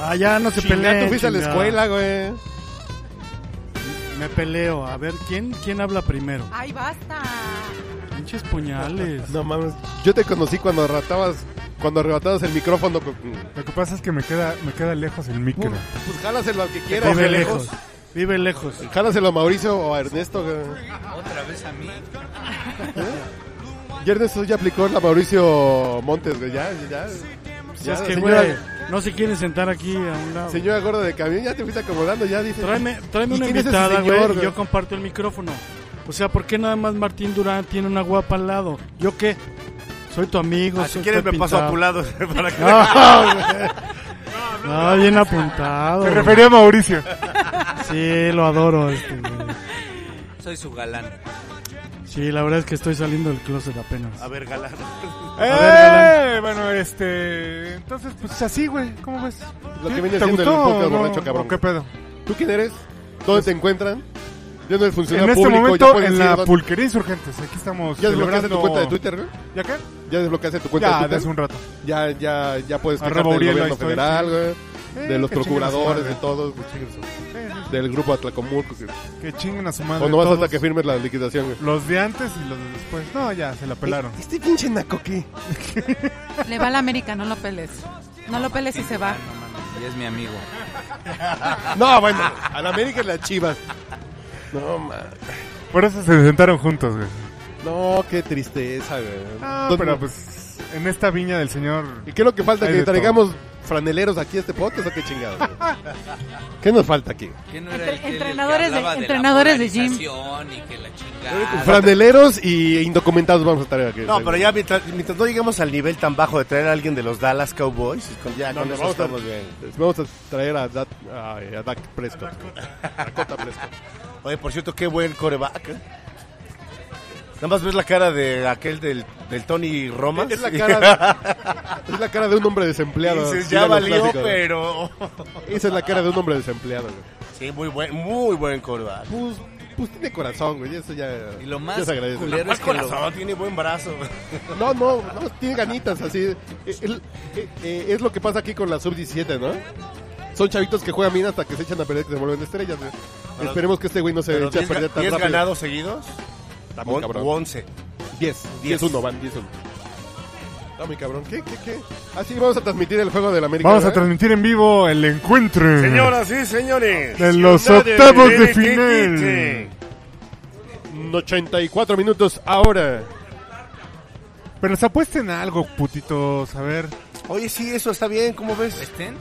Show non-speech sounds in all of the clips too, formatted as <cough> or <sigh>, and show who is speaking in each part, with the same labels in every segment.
Speaker 1: Ah, ya no se
Speaker 2: Chingada,
Speaker 1: peleen.
Speaker 2: tú fuiste a la
Speaker 1: chingada.
Speaker 2: escuela, güey.
Speaker 1: Me peleo. A ver, ¿quién, quién habla primero?
Speaker 3: Ay, basta.
Speaker 1: Pinches puñales.
Speaker 2: No mames. Yo te conocí cuando arratabas, cuando arrebatabas el micrófono. con-
Speaker 4: Lo que pasa es que me queda, me queda lejos el micro.
Speaker 2: Pues jálaselo al que quieras.
Speaker 1: Vive
Speaker 2: güey.
Speaker 1: lejos. Vive lejos.
Speaker 2: Jálaselo a Mauricio o a Ernesto, güey.
Speaker 5: Otra vez a mí.
Speaker 2: Y Ernesto ya aplicó la Mauricio Montes, güey. Ya, ya.
Speaker 1: Si
Speaker 2: ya,
Speaker 1: Pues es que,
Speaker 2: señora,
Speaker 1: güey, no se quieren sentar aquí a un lado.
Speaker 2: señora gorda de camión, ya te fuiste acomodando, ya dice.
Speaker 1: Tráeme, tráeme
Speaker 2: ¿Y
Speaker 1: una
Speaker 2: quién es ese
Speaker 1: invitada,
Speaker 2: señor,
Speaker 1: güey, y
Speaker 2: güey?
Speaker 1: yo comparto el micrófono. O sea, ¿por qué nada más Martín Durán tiene una guapa al lado? ¿Yo qué? Soy tu amigo.
Speaker 6: si
Speaker 1: soy-
Speaker 6: quieres me
Speaker 1: estoy
Speaker 6: paso a
Speaker 1: pintado.
Speaker 6: tu lado. Para que...
Speaker 1: No, bien apuntado.
Speaker 4: Me
Speaker 1: güey.
Speaker 4: refería a Mauricio.
Speaker 1: Sí, lo adoro. este, güey.
Speaker 5: Soy su galán.
Speaker 1: sí, la verdad es que estoy saliendo del closet apenas.
Speaker 6: A
Speaker 4: <laughs>
Speaker 6: ver, galán.
Speaker 4: ¡Eh! Bueno, este. Entonces, pues así, güey. ¿Cómo ves?
Speaker 2: Lo que
Speaker 4: ¿Qué?
Speaker 2: viene
Speaker 4: ¿Te
Speaker 2: siendo el
Speaker 4: gustó
Speaker 2: podcast
Speaker 4: o no?
Speaker 2: borracho, cabrón.
Speaker 4: ¿O ¿Qué pedo?
Speaker 2: ¿Tú quién eres? ¿Dónde
Speaker 1: Pues
Speaker 2: te encuentran? Yo no el
Speaker 4: En
Speaker 2: funcionario
Speaker 4: este
Speaker 2: Pues público. ya
Speaker 4: momento,
Speaker 2: puedes
Speaker 4: en
Speaker 2: decir
Speaker 4: la
Speaker 2: dónde-
Speaker 4: pulquería insurgentes. Aquí estamos.
Speaker 2: ¿Ya desbloqueaste
Speaker 4: celebrando-
Speaker 2: tu cuenta de Twitter, güey?
Speaker 4: ¿Ya qué?
Speaker 2: ¿Ya desbloqueaste tu cuenta
Speaker 4: Ya,
Speaker 2: de
Speaker 4: desde
Speaker 2: Twitter?
Speaker 4: un rato.
Speaker 2: Ya, ya, ya puedes
Speaker 4: Arroba
Speaker 2: quejarte del
Speaker 4: Uriel,
Speaker 2: gobierno
Speaker 4: ahí estoy.
Speaker 2: federal, güey. de
Speaker 4: Eh,
Speaker 2: los
Speaker 4: que chinguen a su
Speaker 2: procuradores,
Speaker 4: madre.
Speaker 2: de todos, güey.
Speaker 4: Sí, sí,
Speaker 2: del grupo Atlacomulco. güey.
Speaker 4: sí. Que chinguen a su madre.
Speaker 2: O no vas
Speaker 4: todos.
Speaker 2: hasta que firmes la liquidación, güey.
Speaker 4: Los de antes y los de después. No, ya, se la pelaron.
Speaker 2: Este pinche naco, ¿qué?
Speaker 3: Le va a la América, no lo peles. No lo peles y se va.
Speaker 5: Ah, no mames, Y es mi amigo.
Speaker 2: <laughs> No, bueno, a la América y las chivas. No, man.
Speaker 4: Por eso se sentaron juntos, güey.
Speaker 2: No, qué tristeza, güey.
Speaker 4: Ah,
Speaker 2: Entonces,
Speaker 4: pero pues en esta viña del señor.
Speaker 2: ¿Y qué es lo que falta?
Speaker 4: Hay
Speaker 2: ¿Que
Speaker 4: de todo.
Speaker 2: traigamos franeleros aquí a este podcast o qué chingados? güey? ¿Qué nos falta aquí?
Speaker 5: ¿Qué no
Speaker 3: Entre-
Speaker 5: el que- el que
Speaker 3: entrenadores de-
Speaker 5: hablaba la
Speaker 3: entrenadores de gym.
Speaker 5: polarización Y que la chingada.
Speaker 2: Franeleros y indocumentados vamos a traer aquí.
Speaker 6: No, pero ya mientras, mientras no lleguemos al nivel tan bajo de traer a alguien de los Dallas Cowboys, con- ya
Speaker 2: No,
Speaker 6: con
Speaker 2: no,
Speaker 6: eso
Speaker 2: vamos a-
Speaker 6: estamos bien.
Speaker 2: Vamos a traer a, Dat, a, a Dak Prescott. A Dakota Prescott.
Speaker 6: Oye, por cierto, qué buen coreback. ¿eh? Nada más ves la cara de aquel del, del Tony Roman.
Speaker 2: Es la, cara de, es la cara de un hombre desempleado.
Speaker 6: <laughs> Dices,
Speaker 2: digan
Speaker 6: ya
Speaker 2: los
Speaker 6: valió,
Speaker 2: clásicos, güey.
Speaker 6: pero...
Speaker 2: Esa es la cara de un hombre desempleado. güey.
Speaker 6: Sí, muy buen, muy buen coreback.
Speaker 2: Pues, pues tiene corazón, güey. Eso ya.
Speaker 5: Y lo
Speaker 2: ya
Speaker 5: más
Speaker 2: se agradece.
Speaker 5: culero es
Speaker 6: Buen
Speaker 5: que lo-
Speaker 6: corazón, tiene buen brazo.
Speaker 2: No, no, no, tiene ganitas, así. El- el- eh, eh, es lo que pasa aquí con la sub-17, ¿no? Son chavitos que juegan bien hasta que se echan a perder, que se vuelven estrellas. güey.
Speaker 6: Pero-
Speaker 2: Esperemos que este güey no se
Speaker 6: Pero
Speaker 2: eche a
Speaker 6: 10
Speaker 2: perder tan rápido.
Speaker 6: ganados seguidos
Speaker 2: Está muy
Speaker 6: o
Speaker 2: cabrón.
Speaker 6: 11.
Speaker 2: 10, 10
Speaker 6: Diez.
Speaker 2: 1 van, 10 1. Está muy cabrón. ¿Qué, qué, qué? Así vamos a transmitir el juego del América.
Speaker 4: Vamos a
Speaker 2: ¿verdad?
Speaker 4: transmitir en vivo el encuentro.
Speaker 6: y señores.
Speaker 4: De los octavos de final.
Speaker 2: 84 minutos ahora.
Speaker 4: Pero nos apuesten a algo, putitos. A ver.
Speaker 6: Oye, sí, eso está bien, ¿cómo ves?
Speaker 5: ¿Estén?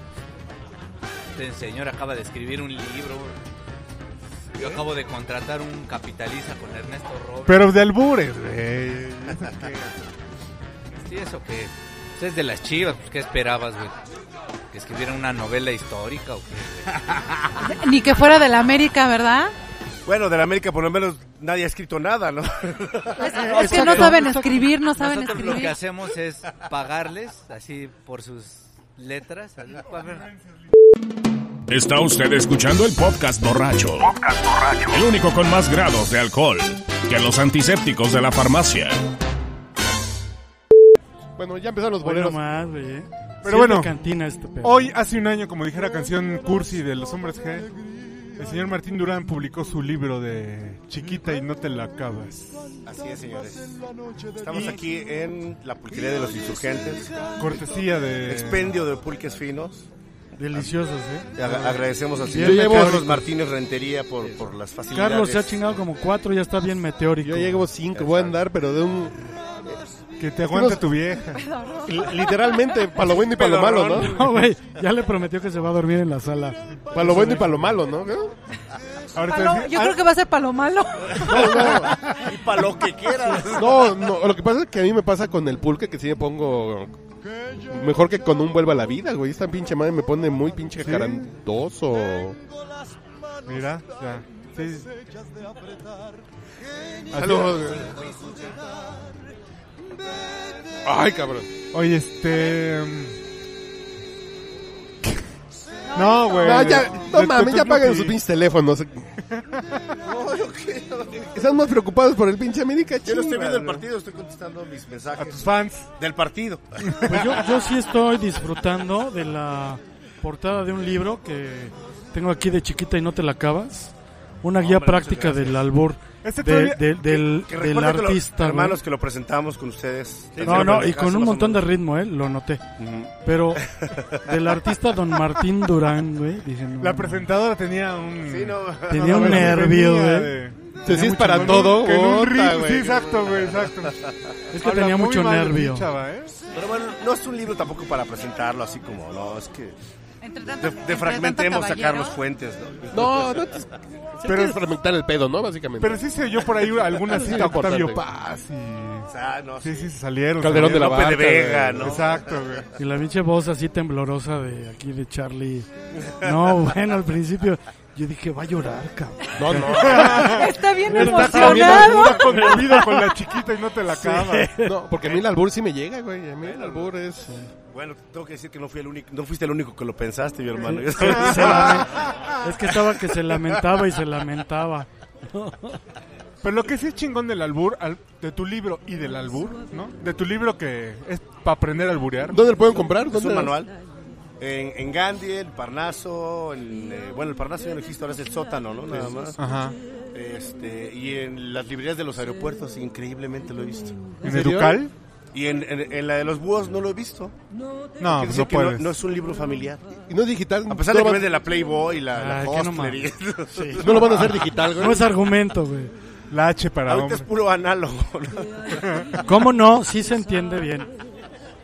Speaker 5: Este señor acaba de escribir un libro. Yo acabo de contratar un capitalista con Ernesto Robles.
Speaker 4: Pero de albures, güey.
Speaker 5: Sí, eso que. pues, es de las chivas, pues, ¿qué esperabas, güey? ¿Que escribiera una novela histórica o qué?
Speaker 3: <laughs> Ni que fuera de la América, ¿verdad?
Speaker 6: Bueno, de la América por lo menos nadie ha escrito nada, ¿no? <laughs>
Speaker 3: Es, es que no saben escribir, no saben
Speaker 5: Nosotros lo que
Speaker 3: escribir.
Speaker 5: hacemos es pagarles, así por sus letras. así, a ver.
Speaker 7: Está usted escuchando el podcast borracho. El único con más grados de alcohol que los antisépticos de la farmacia.
Speaker 2: Bueno, ya empezaron los
Speaker 1: Hoy
Speaker 2: boleros.
Speaker 1: nomás, güey, eh.
Speaker 4: Pero
Speaker 1: Sí es
Speaker 4: bueno.
Speaker 1: de cantina este pedo.
Speaker 4: Hoy, hace un año, como dijera canción Cursi de los hombres G, el señor Martín Durán publicó su libro de Chiquita y no te la acabas.
Speaker 6: Así es, señores. Estamos aquí en la pulquería de los insurgentes.
Speaker 4: Cortesía de.
Speaker 6: Expendio de pulques finos.
Speaker 1: Deliciosos, ¿eh?
Speaker 6: Aga- agradecemos al
Speaker 2: Yo
Speaker 6: señor
Speaker 2: llevo-
Speaker 6: Carlos Martínez Rentería por, por las facilidades.
Speaker 1: Carlos se ha chingado como cuatro, ya está bien meteórico.
Speaker 2: Yo ya llevo 5, voy a andar, pero de un.
Speaker 4: Que te aguante tu vieja.
Speaker 2: Literalmente, para lo bueno y para lo malo,
Speaker 1: <laughs>
Speaker 2: ¿no?
Speaker 1: No, Ah, güey, ya le prometió que se va a dormir en la sala.
Speaker 2: Para lo bueno y para lo malo, ¿no? ¿No?
Speaker 4: Ahorita
Speaker 3: Palo-
Speaker 4: decía-
Speaker 3: yo
Speaker 4: ah,
Speaker 3: creo que va a ser palo malo.
Speaker 6: Y para lo que quieras.
Speaker 2: No, no, lo que pasa es que a mí me pasa con el pulque que sí me pongo mejor que con un vuelva a la vida, güey. Esta pinche madre me pone muy pinche carantoso.
Speaker 4: Mira, ya. Sí.
Speaker 2: Salud. Ay, cabrón.
Speaker 4: Oye, este. mm. <laughs> No, güey.
Speaker 2: No, ya, no
Speaker 4: Le-
Speaker 2: mames,
Speaker 4: le-
Speaker 2: ya
Speaker 4: le-
Speaker 2: paguen
Speaker 4: le-
Speaker 2: sus
Speaker 4: <laughs>
Speaker 2: pinches teléfonos. Están más preocupados por el pinche América,
Speaker 6: Yo no estoy viendo el
Speaker 2: chinga.
Speaker 6: partido, estoy contestando mis
Speaker 4: A
Speaker 6: mensajes
Speaker 4: tus fans.
Speaker 6: del partido.
Speaker 1: Pues yo, yo sí estoy disfrutando de la portada de un libro que tengo aquí de chiquita y no te la acabas. Una guía práctica del albor
Speaker 4: Este
Speaker 1: de-
Speaker 4: todavía-
Speaker 1: de- del,
Speaker 6: Que
Speaker 1: del
Speaker 6: recuerden que los
Speaker 1: artista. güey.
Speaker 6: hermanos que lo presentamos con ustedes.
Speaker 1: No, no, y
Speaker 6: Hace
Speaker 1: con un
Speaker 6: más o
Speaker 1: montón de
Speaker 6: menos.
Speaker 1: ritmo, ¿eh? Lo noté.
Speaker 6: Ujú.
Speaker 1: Pero del artista Don Martín Durán, güey. dije, no,
Speaker 4: La
Speaker 1: no.
Speaker 4: presentadora tenía un...
Speaker 6: Sí, no.
Speaker 1: Tenía un
Speaker 4: Bueno,
Speaker 1: nervio, ¿eh?
Speaker 4: <laughs> tenía
Speaker 1: güey.
Speaker 4: de-
Speaker 2: Si sí es
Speaker 4: mucho
Speaker 2: para
Speaker 4: con-
Speaker 2: todo,
Speaker 4: que en un
Speaker 2: ota,
Speaker 4: ritmo-
Speaker 2: güey.
Speaker 4: Sí, exacto, güey, exacto.
Speaker 1: Es que tenía mucho nervio.
Speaker 6: Pero bueno, no es un libro tampoco para presentarlo así como, no, es que
Speaker 3: Entre tanto,
Speaker 6: de-
Speaker 3: entre
Speaker 6: defragmentemos
Speaker 3: tanto
Speaker 6: a Carlos
Speaker 3: caballero,
Speaker 6: Fuentes, ¿no?
Speaker 2: No, no te... Pero es fragmentar el pedo, ¿no? Básicamente.
Speaker 4: Pero sí se oyó por ahí alguna
Speaker 2: <laughs> Sí,
Speaker 4: cita a Octavio
Speaker 2: importante. Ah,
Speaker 4: Paz
Speaker 6: O
Speaker 4: y...
Speaker 6: sea, no,
Speaker 4: Sí, sí, se salieron.
Speaker 2: Calderón de la
Speaker 4: salieron.
Speaker 6: López de
Speaker 2: Barca,
Speaker 6: Vega,
Speaker 2: güey.
Speaker 6: ¿no?
Speaker 4: Exacto, güey.
Speaker 1: Y la pinche voz así temblorosa de aquí de Charlie.
Speaker 4: <laughs>
Speaker 1: No, bueno, al principio yo dije, va a llorar, cabrón.
Speaker 2: No, no.
Speaker 3: <laughs> Está bien
Speaker 1: Está
Speaker 3: emocionado.
Speaker 4: Está conmovido con la chiquita y no te la acabas.
Speaker 2: <laughs> No, porque a mí el albur sí me llega, güey. A mí el albur es...
Speaker 6: Bueno, tengo que decir que no fui el único, no fuiste el único que lo pensaste, mi hermano.
Speaker 1: <laughs> Se- se lame- es que estaba
Speaker 6: <laughs>
Speaker 1: que se lamentaba y se lamentaba.
Speaker 4: Pero lo que sí es chingón del albur, al- de tu libro y del albur, ¿no? De tu libro que es para aprender a alburear.
Speaker 2: ¿Dónde lo pueden comprar? ¿Dónde
Speaker 6: Es un manual. En, en Gandhi, el Parnaso, el, eh, bueno, el Parnaso ya no existe, ahora es el sótano, ¿no? Nada más.
Speaker 4: Ajá.
Speaker 6: Este, y en las librerías de los aeropuertos, increíblemente lo he visto.
Speaker 4: ¿En
Speaker 2: serio?
Speaker 4: Educal?
Speaker 6: Y en, en- en la de los búhos no lo he visto.
Speaker 4: No,
Speaker 6: Quiere
Speaker 4: pues
Speaker 6: decir
Speaker 4: no
Speaker 6: que no-
Speaker 4: puedes.
Speaker 6: no, es un libro familiar.
Speaker 2: Y no es digital.
Speaker 6: A pesar
Speaker 2: no
Speaker 6: de
Speaker 2: lo
Speaker 6: que
Speaker 2: van-
Speaker 6: vende la Playboy, la, la
Speaker 1: Ay, qué no
Speaker 6: Hostler y-
Speaker 2: No lo van a hacer digital, güey.
Speaker 1: No es argumento, güey.
Speaker 4: La H para
Speaker 6: Ahorita
Speaker 4: hombre.
Speaker 6: es puro análogo. ¿no? <laughs>
Speaker 1: ¿Cómo no? Sí se entiende bien.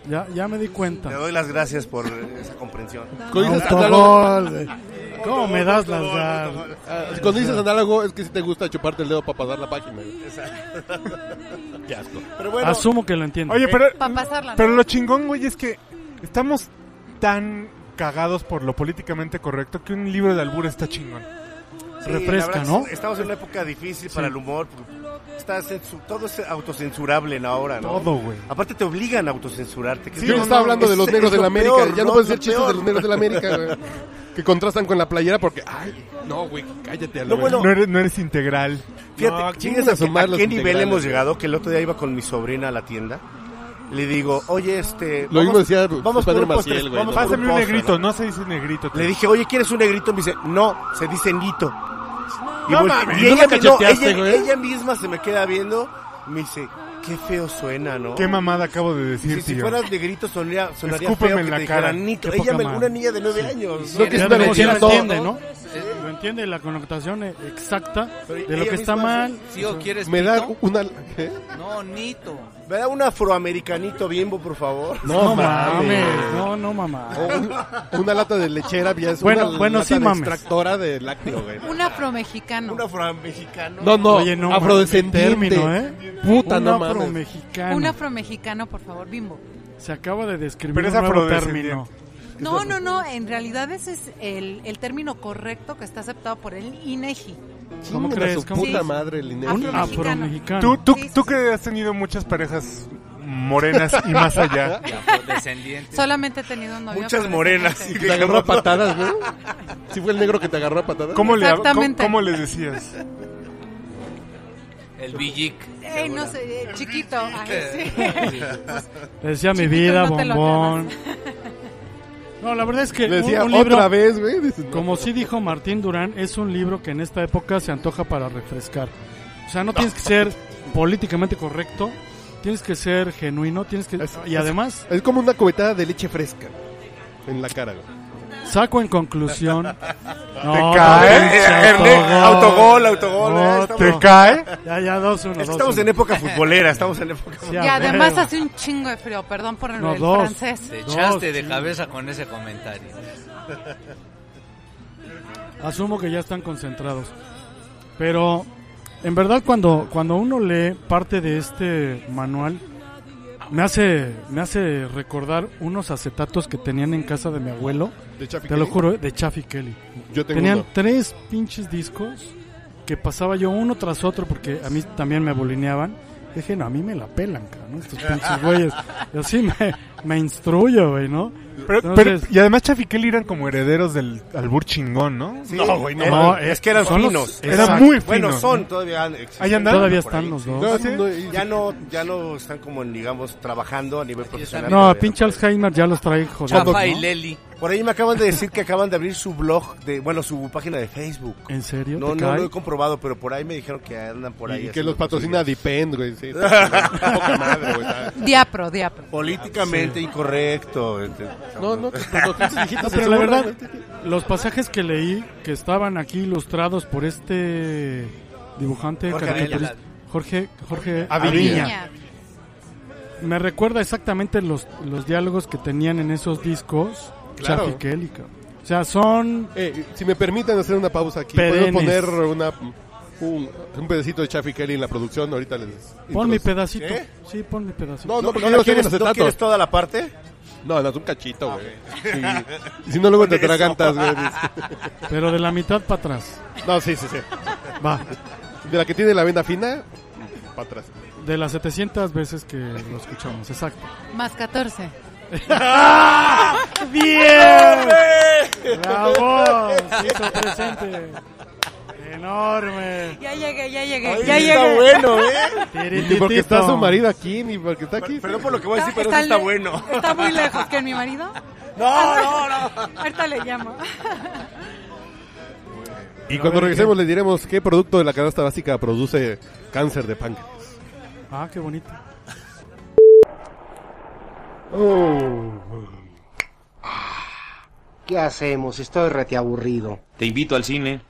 Speaker 1: Ya, ya me di
Speaker 6: Te
Speaker 1: cuenta.
Speaker 6: doy las gracias por eh, esa comprensión.
Speaker 2: Cuando dices análogo,
Speaker 1: Autogol, güey. ¿Cómo me das las ganas?
Speaker 2: ah, cuando dices análogo es que sí te gusta chuparte el dedo para pasar la página. güey. Qué asco.
Speaker 6: Pero bueno,
Speaker 1: Asumo que lo entiendo.
Speaker 4: Oye, pero,
Speaker 3: Eh, Pa' pasarla, ¿no?
Speaker 4: pero lo chingón, güey, es que estamos tan cagados por lo políticamente correcto que un libro de albur está chingón.
Speaker 6: sí,
Speaker 1: refresca,
Speaker 6: la verdad
Speaker 1: ¿no?
Speaker 6: que Estamos en una época difícil para el humor. porque Está censu- todo es autocensurable en ahora, ¿no?
Speaker 4: Todo, güey.
Speaker 6: Aparte te obligan a autocensurarte. que
Speaker 2: Sí,
Speaker 6: es-
Speaker 2: yo estaba hablando de los
Speaker 6: es-
Speaker 2: negros
Speaker 6: es
Speaker 2: de
Speaker 6: lo
Speaker 2: la América.
Speaker 6: peor,
Speaker 2: ya no pueden
Speaker 6: Es
Speaker 2: ser
Speaker 6: lo
Speaker 2: chistes
Speaker 6: peor.
Speaker 2: de los negros de la
Speaker 6: <laughs>
Speaker 2: América, güey. Que contrastan con la playera porque, ay, no, güey, cállate a la
Speaker 6: No,
Speaker 2: verga.
Speaker 6: bueno,
Speaker 4: No eres, no eres integral.
Speaker 6: Fíjate,
Speaker 2: No,
Speaker 6: chingas
Speaker 2: chingas
Speaker 6: a,
Speaker 2: a su
Speaker 6: qué- a
Speaker 2: madre los
Speaker 6: qué nivel
Speaker 2: integrales.
Speaker 6: hemos llegado que el otro día iba con mi sobrina a la tienda. Le digo, oye, este.
Speaker 2: Lo mismo decía
Speaker 6: vamos por
Speaker 2: Pedro
Speaker 6: un
Speaker 2: Maciel,
Speaker 6: postre-
Speaker 2: güey,
Speaker 6: vamos
Speaker 2: ¿no?
Speaker 6: por
Speaker 4: Pásame un
Speaker 6: postre,
Speaker 4: negrito,
Speaker 6: ¿no?
Speaker 4: no se dice negrito.
Speaker 6: Le dije, oye, ¿quieres un negrito? Me dice, no, se dice nito. Y,
Speaker 4: pues, No
Speaker 6: volte-
Speaker 4: mames,
Speaker 6: y
Speaker 2: ¿no
Speaker 6: ella,
Speaker 2: la
Speaker 6: me- no,
Speaker 2: cacheteaste,
Speaker 6: ella-
Speaker 2: güey?
Speaker 6: ella misma se me queda viendo. Me dice, qué feo suena, ¿no?
Speaker 4: Qué mamada acabo de decir,
Speaker 6: si, si
Speaker 4: tío.
Speaker 6: fueras negrito sonaría, sonaría
Speaker 4: Escúpeme
Speaker 6: feo
Speaker 4: en
Speaker 6: que
Speaker 4: la
Speaker 6: te
Speaker 4: cara.
Speaker 6: dijeran nito.
Speaker 1: Qué poca
Speaker 6: Ella, me-
Speaker 1: madre.
Speaker 6: una niña de nueve años.
Speaker 2: Lo que es
Speaker 1: Ya
Speaker 2: una
Speaker 1: vemos, ya
Speaker 2: mentira,
Speaker 1: lo
Speaker 2: no.
Speaker 1: entiende, ¿no? Eh, Lo entiende la connotación e- exacta
Speaker 6: Pero
Speaker 1: de lo
Speaker 6: ella
Speaker 1: que está
Speaker 6: misma
Speaker 1: mal.
Speaker 5: ¿Sí o quieres
Speaker 2: Me da
Speaker 5: pito?
Speaker 2: una... ¿eh?
Speaker 5: No, Nito.
Speaker 6: ¿Me da un afroamericanito bimbo, por favor?
Speaker 1: No, mames, no, no mames.
Speaker 2: O un- una lata de lechera, ya es
Speaker 1: Bueno,
Speaker 2: una
Speaker 1: bueno,
Speaker 2: lata
Speaker 1: sí,
Speaker 2: de
Speaker 1: mames.
Speaker 2: extractora de lácteo, güey.
Speaker 3: Un afromexicano.
Speaker 6: ¿Un afroamericano?
Speaker 2: No, no,
Speaker 1: Oye, no,
Speaker 2: afrodescendiente.
Speaker 1: término, ¿eh?
Speaker 2: Puta,
Speaker 1: Un
Speaker 2: no mames.
Speaker 1: afromexicano.
Speaker 3: Un afromexicano, por favor, bimbo.
Speaker 1: Se acaba de describir
Speaker 4: Pero es
Speaker 1: un nuevo
Speaker 4: afrodescendiente.
Speaker 1: término.
Speaker 3: No, no, no. En realidad ese es el, el término correcto que está aceptado por el INEGI.
Speaker 1: ¿Cómo
Speaker 2: Chinga
Speaker 1: crees?
Speaker 2: Su
Speaker 1: ¿Cómo
Speaker 2: puta
Speaker 1: crees?
Speaker 2: madre, Linnea.
Speaker 1: Un
Speaker 3: Afromexicano.
Speaker 4: Tú,
Speaker 1: afromexicano.
Speaker 4: tú,
Speaker 3: Sí, sí,
Speaker 4: tú
Speaker 3: sí.
Speaker 4: que has tenido muchas parejas morenas y más allá.
Speaker 3: <laughs>
Speaker 5: Descendiente.
Speaker 3: Solamente he tenido un novio.
Speaker 6: Muchas
Speaker 3: afrodescendiente.
Speaker 6: morenas.
Speaker 2: Te agarró a patadas, ¿no? ¿Sí fue el negro que te agarró a patadas?
Speaker 4: ¿Cómo, le, cómo,
Speaker 3: Exactamente.
Speaker 4: cómo les decías?
Speaker 5: El Villic.
Speaker 3: Ey, no sé, eh, chiquito. Ay, sí. <laughs>
Speaker 1: Le decía mi
Speaker 3: Chiquito,
Speaker 1: vida,
Speaker 3: no te lo
Speaker 1: bombón. No, la verdad es que
Speaker 2: Le decía
Speaker 1: un, un libro,
Speaker 2: otra vez, güey. Dices, no.
Speaker 1: como sí dijo Martín Durán, es un libro que en esta época se antoja para refrescar. O sea, no, tienes que ser políticamente correcto, tienes que ser genuino, tienes que...
Speaker 2: Es-
Speaker 1: y además,
Speaker 2: Es como una cubetada de leche fresca en la cara, güey.
Speaker 1: saco en conclusión... No,
Speaker 4: caes,
Speaker 1: pinche
Speaker 6: Autogol, autogol. eh,
Speaker 1: No,
Speaker 6: estamos-
Speaker 4: ¿Te cae?
Speaker 1: Ya, ya, dos, uno,
Speaker 6: Es que
Speaker 1: dos,
Speaker 6: estamos
Speaker 1: uno.
Speaker 6: en época futbolera, estamos en época...
Speaker 1: Sí, a
Speaker 3: Y además
Speaker 1: huevo.
Speaker 3: hace un chingo de frío. Perdón por el,
Speaker 1: No,
Speaker 3: el
Speaker 1: dos.
Speaker 3: francés.
Speaker 5: Te
Speaker 1: No,
Speaker 5: echaste de
Speaker 1: sí.
Speaker 5: cabeza con ese comentario.
Speaker 1: Asumo que ya están concentrados. Pero en verdad cuando, cuando uno lee parte de este manual, me hace, me hace recordar unos acetatos que tenían en casa de mi abuelo,
Speaker 2: De Chapi
Speaker 1: te lo
Speaker 2: Kelly.
Speaker 1: juro, eh, de Chaffee Kelly.
Speaker 2: Yo tengo
Speaker 1: Tenían
Speaker 2: uno.
Speaker 1: tres pinches discos que pasaba yo uno tras otro porque a
Speaker 2: <laughs>
Speaker 1: mí también me bolineaban. Dije, no, a mí me la pelan, cabrón, estos pinches güeyes. Y así me, <laughs> me instruyo, güey, ¿no?
Speaker 4: Pero, pero-
Speaker 1: Entonces-
Speaker 4: y además Chafiquel eran como herederos del albur chingón, ¿no?
Speaker 6: No, güey, no.
Speaker 1: No,
Speaker 6: es que eran
Speaker 1: son los-
Speaker 6: finos.
Speaker 4: Era
Speaker 1: Exacto.
Speaker 4: muy fino.
Speaker 6: Bueno, son todavía. existen.
Speaker 4: Ahí andan.
Speaker 1: Todavía
Speaker 6: por ahí,
Speaker 1: están los
Speaker 6: sí.
Speaker 1: dos.
Speaker 2: No,
Speaker 4: ¿sí?
Speaker 2: no, y-
Speaker 6: Ya no, ya no están como, digamos, trabajando a nivel profesional.
Speaker 1: No,
Speaker 6: todavía.
Speaker 1: pinche Alzheimer ya los trae jodidos.
Speaker 5: Chafa y
Speaker 1: ¿no?
Speaker 5: Leli.
Speaker 6: Por ahí me acaban de decir que acaban de abrir su blog, de bueno, su página de Facebook.
Speaker 1: ¿En serio?
Speaker 6: No,
Speaker 1: ¿Te
Speaker 6: no
Speaker 1: cae?
Speaker 6: lo he comprobado, pero por ahí me dijeron que andan por ahí.
Speaker 2: y que
Speaker 6: haciendo
Speaker 2: los patrocina
Speaker 6: cosillas.
Speaker 2: Dipend, güey.
Speaker 6: <laughs>
Speaker 2: Sí, está chingón. Poca madre, güey. está-
Speaker 3: Diapro, diapro.
Speaker 6: Políticamente incorrecto. este,
Speaker 2: No, no, pero
Speaker 1: <laughs>
Speaker 2: tus hijitos
Speaker 1: No,
Speaker 2: se
Speaker 1: pero la
Speaker 2: burlan,
Speaker 1: verdad, los pasajes que leí que estaban aquí ilustrados por este dibujante
Speaker 6: Jorge
Speaker 1: caricaturista, Jorge Jorge Aviña.
Speaker 2: Aviña.
Speaker 1: Me recuerda exactamente los, los diálogos que tenían en esos discos
Speaker 2: Claro.
Speaker 1: Chafi Kelly, cabrón. O sea, son
Speaker 2: Eh, si me permiten hacer una pausa aquí,
Speaker 1: Perenes.
Speaker 2: ¿puedo poner una, un, un pedacito de Chaffy Kelly en la producción? Ahorita les...
Speaker 1: pon mi
Speaker 2: introduzco.
Speaker 1: pedacito.
Speaker 6: ¿Qué?
Speaker 1: Sí, pon mi pedacito.
Speaker 2: No, no,
Speaker 6: ¿No
Speaker 2: porque yo no tengo en
Speaker 6: quieres, ¿No
Speaker 2: acetato.
Speaker 6: quieres toda la parte?
Speaker 2: No, no, es un cachito, güey. Sí. <laughs> Si no, luego te
Speaker 6: Con eso.
Speaker 2: tragantas,
Speaker 6: <laughs>
Speaker 2: güey.
Speaker 1: <laughs> Pero de la mitad para atrás.
Speaker 2: No, sí, sí, sí.
Speaker 1: Va.
Speaker 2: De la que tiene la venda fina, para atrás.
Speaker 1: De las 700 veces que lo escuchamos, exacto.
Speaker 3: Más 14.
Speaker 1: ¡Bien! ¡Bravo! Se hizo presente. ¡Enorme!
Speaker 3: Ya llegué, ya llegué,
Speaker 6: Ay,
Speaker 3: ya llegué.
Speaker 6: está bueno, ¿eh?
Speaker 2: Ni porque está su marido aquí, ni porque está aquí.
Speaker 6: Perdón por lo que voy a decir, pero
Speaker 3: Está-
Speaker 6: eso está
Speaker 3: le-
Speaker 6: bueno.
Speaker 3: Está muy lejos. ¿Quién, mi marido?
Speaker 6: No, no, no.
Speaker 3: Ahorita le llamo.
Speaker 2: Y cuando regresemos le diremos qué producto de la canasta básica produce cáncer de páncreas.
Speaker 1: Ah, qué bonito.
Speaker 8: Oh. ¿Qué hacemos? Estoy rete aburrido.
Speaker 9: Te invito al cine.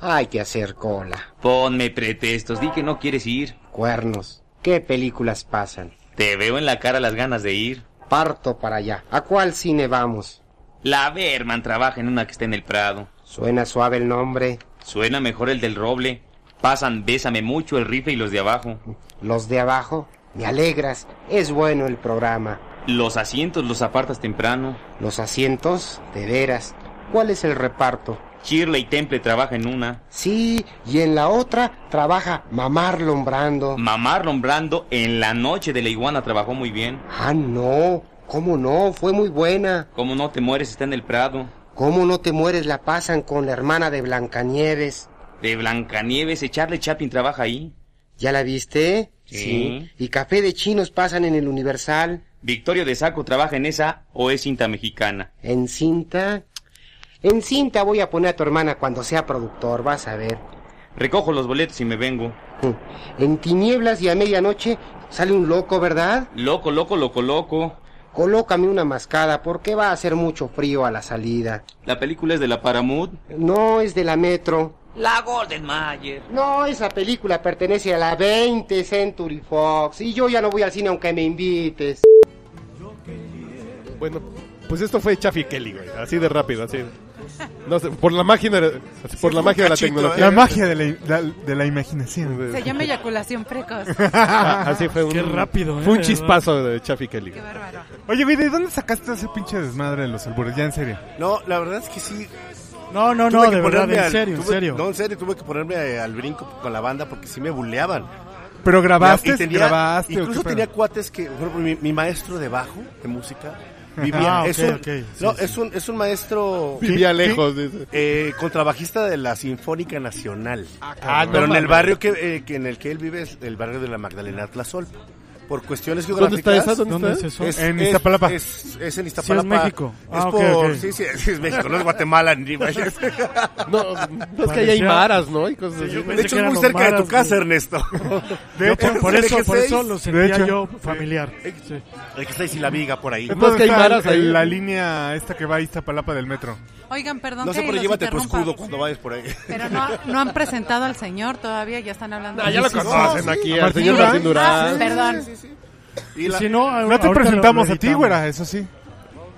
Speaker 8: Hay que hacer cola.
Speaker 9: Ponme pretextos, di que no quieres ir.
Speaker 8: Cuernos. ¿Qué películas pasan?
Speaker 9: Te veo en la cara las ganas de ir.
Speaker 8: Parto para allá. ¿A cuál cine vamos?
Speaker 9: La Berman trabaja en una que está en el Prado.
Speaker 8: Suena suave el nombre.
Speaker 9: Suena mejor el del Roble. Pasan Bésame mucho, el rifle y los de abajo.
Speaker 8: Los de abajo. Me alegras. Es bueno el programa.
Speaker 9: Los asientos los apartas temprano.
Speaker 8: Los asientos, de veras. ¿Cuál es el reparto?
Speaker 9: Shirley Temple trabaja en una.
Speaker 8: Sí, y en la otra trabaja mamar lombrando.
Speaker 9: Mamá Lombrando en la noche de la iguana trabajó muy bien.
Speaker 8: Ah, no. ¿Cómo no? Fue muy buena.
Speaker 9: Como no te mueres está en el Prado.
Speaker 8: ¿Cómo no te mueres? La pasan con la hermana de Blancanieves.
Speaker 9: De Blancanieves, eh, Charlie Chaplin trabaja ahí.
Speaker 8: ¿Ya la viste?
Speaker 9: Sí.
Speaker 8: ¿Eh? Y café de chinos pasan en el Universal,
Speaker 9: Victorio de Saco trabaja en esa o es cinta mexicana.
Speaker 8: en cinta. En cinta voy a poner a tu hermana cuando sea productor, vas a ver.
Speaker 9: Recojo los boletos y me vengo.
Speaker 8: En tinieblas y a medianoche sale un loco, ¿verdad?
Speaker 9: Loco, loco, loco, loco.
Speaker 8: Colócame una mascada porque va a hacer mucho frío a la salida.
Speaker 9: La película es de la Paramount.
Speaker 8: No es de la Metro.
Speaker 9: La Golden Mayer.
Speaker 8: No, esa película pertenece a la 20 Century Fox y yo ya no voy al cine aunque me
Speaker 6: <laughs>
Speaker 8: invites.
Speaker 2: Bueno, pues esto fue Chaffy Kelly, güey. Así de rápido, así. No sé, por la magia, de- por la magia de la tecnología.
Speaker 4: La
Speaker 6: ¿eh?
Speaker 4: magia de la, de la imaginación.
Speaker 3: Se llama eyaculación precoz.
Speaker 2: Ah, así fue un,
Speaker 1: Qué rápido, ¿eh?
Speaker 2: Fue un chispazo de Chaffy Kelly.
Speaker 3: Qué
Speaker 2: güey.
Speaker 3: bárbaro.
Speaker 4: Oye, güey, ¿de dónde sacaste ese pinche desmadre de los albures? Ya en serio.
Speaker 6: No, la verdad es que sí.
Speaker 1: No, no,
Speaker 6: tuve
Speaker 1: no,
Speaker 6: que
Speaker 1: de verdad,
Speaker 6: ponerme
Speaker 1: en
Speaker 6: al-
Speaker 1: serio, en
Speaker 6: tuve-
Speaker 1: serio.
Speaker 6: No, en serio, tuve que ponerme eh, al brinco con la banda porque sí me buleaban.
Speaker 4: Pero grabaste,
Speaker 6: Y tenía-
Speaker 4: grabaste. ¿o
Speaker 6: Incluso
Speaker 4: qué
Speaker 6: tenía
Speaker 4: pedo?
Speaker 6: cuates que, por ejemplo, mi, mi maestro de bajo, de música, vivía.
Speaker 1: <laughs> Ah,
Speaker 6: es,
Speaker 1: ok,
Speaker 6: un,
Speaker 1: ok, sí,
Speaker 6: no,
Speaker 1: sí.
Speaker 6: es un es un maestro
Speaker 2: Vivía lejos. dice.
Speaker 6: eh, contrabajista de la Sinfónica Nacional.
Speaker 4: Ah, no
Speaker 6: pero en el
Speaker 4: mames.
Speaker 6: barrio que, eh, que en el que él vive es el barrio de la Magdalena Tlazol. Por cuestiones
Speaker 2: ¿Dónde
Speaker 6: geográficas.
Speaker 2: está esa? ¿Dónde,
Speaker 1: ¿Dónde
Speaker 2: está?
Speaker 1: es eso?
Speaker 6: Es-
Speaker 4: En
Speaker 6: es-
Speaker 4: Iztapalapa.
Speaker 6: Es, es en Iztapalapa.
Speaker 1: México. Ah, ok,
Speaker 6: por-
Speaker 1: ok.
Speaker 6: Sí, sí, sí, es México, no es
Speaker 2: <laughs>
Speaker 6: Guatemala ni vayas.
Speaker 2: No, no, es que ahí hay
Speaker 1: Parecía-
Speaker 2: maras, ¿no? Y cosas así.
Speaker 1: pensé
Speaker 6: De hecho,
Speaker 1: que
Speaker 6: es
Speaker 1: eran
Speaker 6: muy
Speaker 1: los
Speaker 6: cerca de
Speaker 1: maras,
Speaker 6: tu casa,
Speaker 1: güey.
Speaker 4: <laughs>
Speaker 6: Ernesto.
Speaker 1: Yo por, por
Speaker 6: de
Speaker 1: eso,
Speaker 6: que
Speaker 1: por
Speaker 6: seis-
Speaker 1: eso lo sentía
Speaker 4: hecho.
Speaker 1: yo familiar. Sí.
Speaker 6: El que está ahí sin la viga por ahí.
Speaker 2: No, es que hay
Speaker 4: ¿Dónde está
Speaker 2: maras ahí.
Speaker 4: La línea esta que va a Iztapalapa del metro.
Speaker 3: Oigan, perdón
Speaker 6: No
Speaker 3: que
Speaker 6: sé, pero
Speaker 3: los
Speaker 6: llévate tu
Speaker 3: interrumpa,
Speaker 6: escudo cuando vayas por ahí. <laughs>
Speaker 3: Pero no, no han presentado al señor todavía, ya están hablando.
Speaker 2: Ah, ya lo
Speaker 3: Sí, sí, sí.
Speaker 2: conocen aquí, al
Speaker 4: Martín
Speaker 2: señor
Speaker 4: Durán.
Speaker 2: Martín
Speaker 3: Ah,
Speaker 2: Durán.
Speaker 3: perdón.
Speaker 6: Y la-
Speaker 1: Si no, a-
Speaker 4: No te
Speaker 1: ahorita lo-
Speaker 4: presentamos
Speaker 1: lo
Speaker 4: a ti,
Speaker 1: editamos.
Speaker 4: güera, eso sí.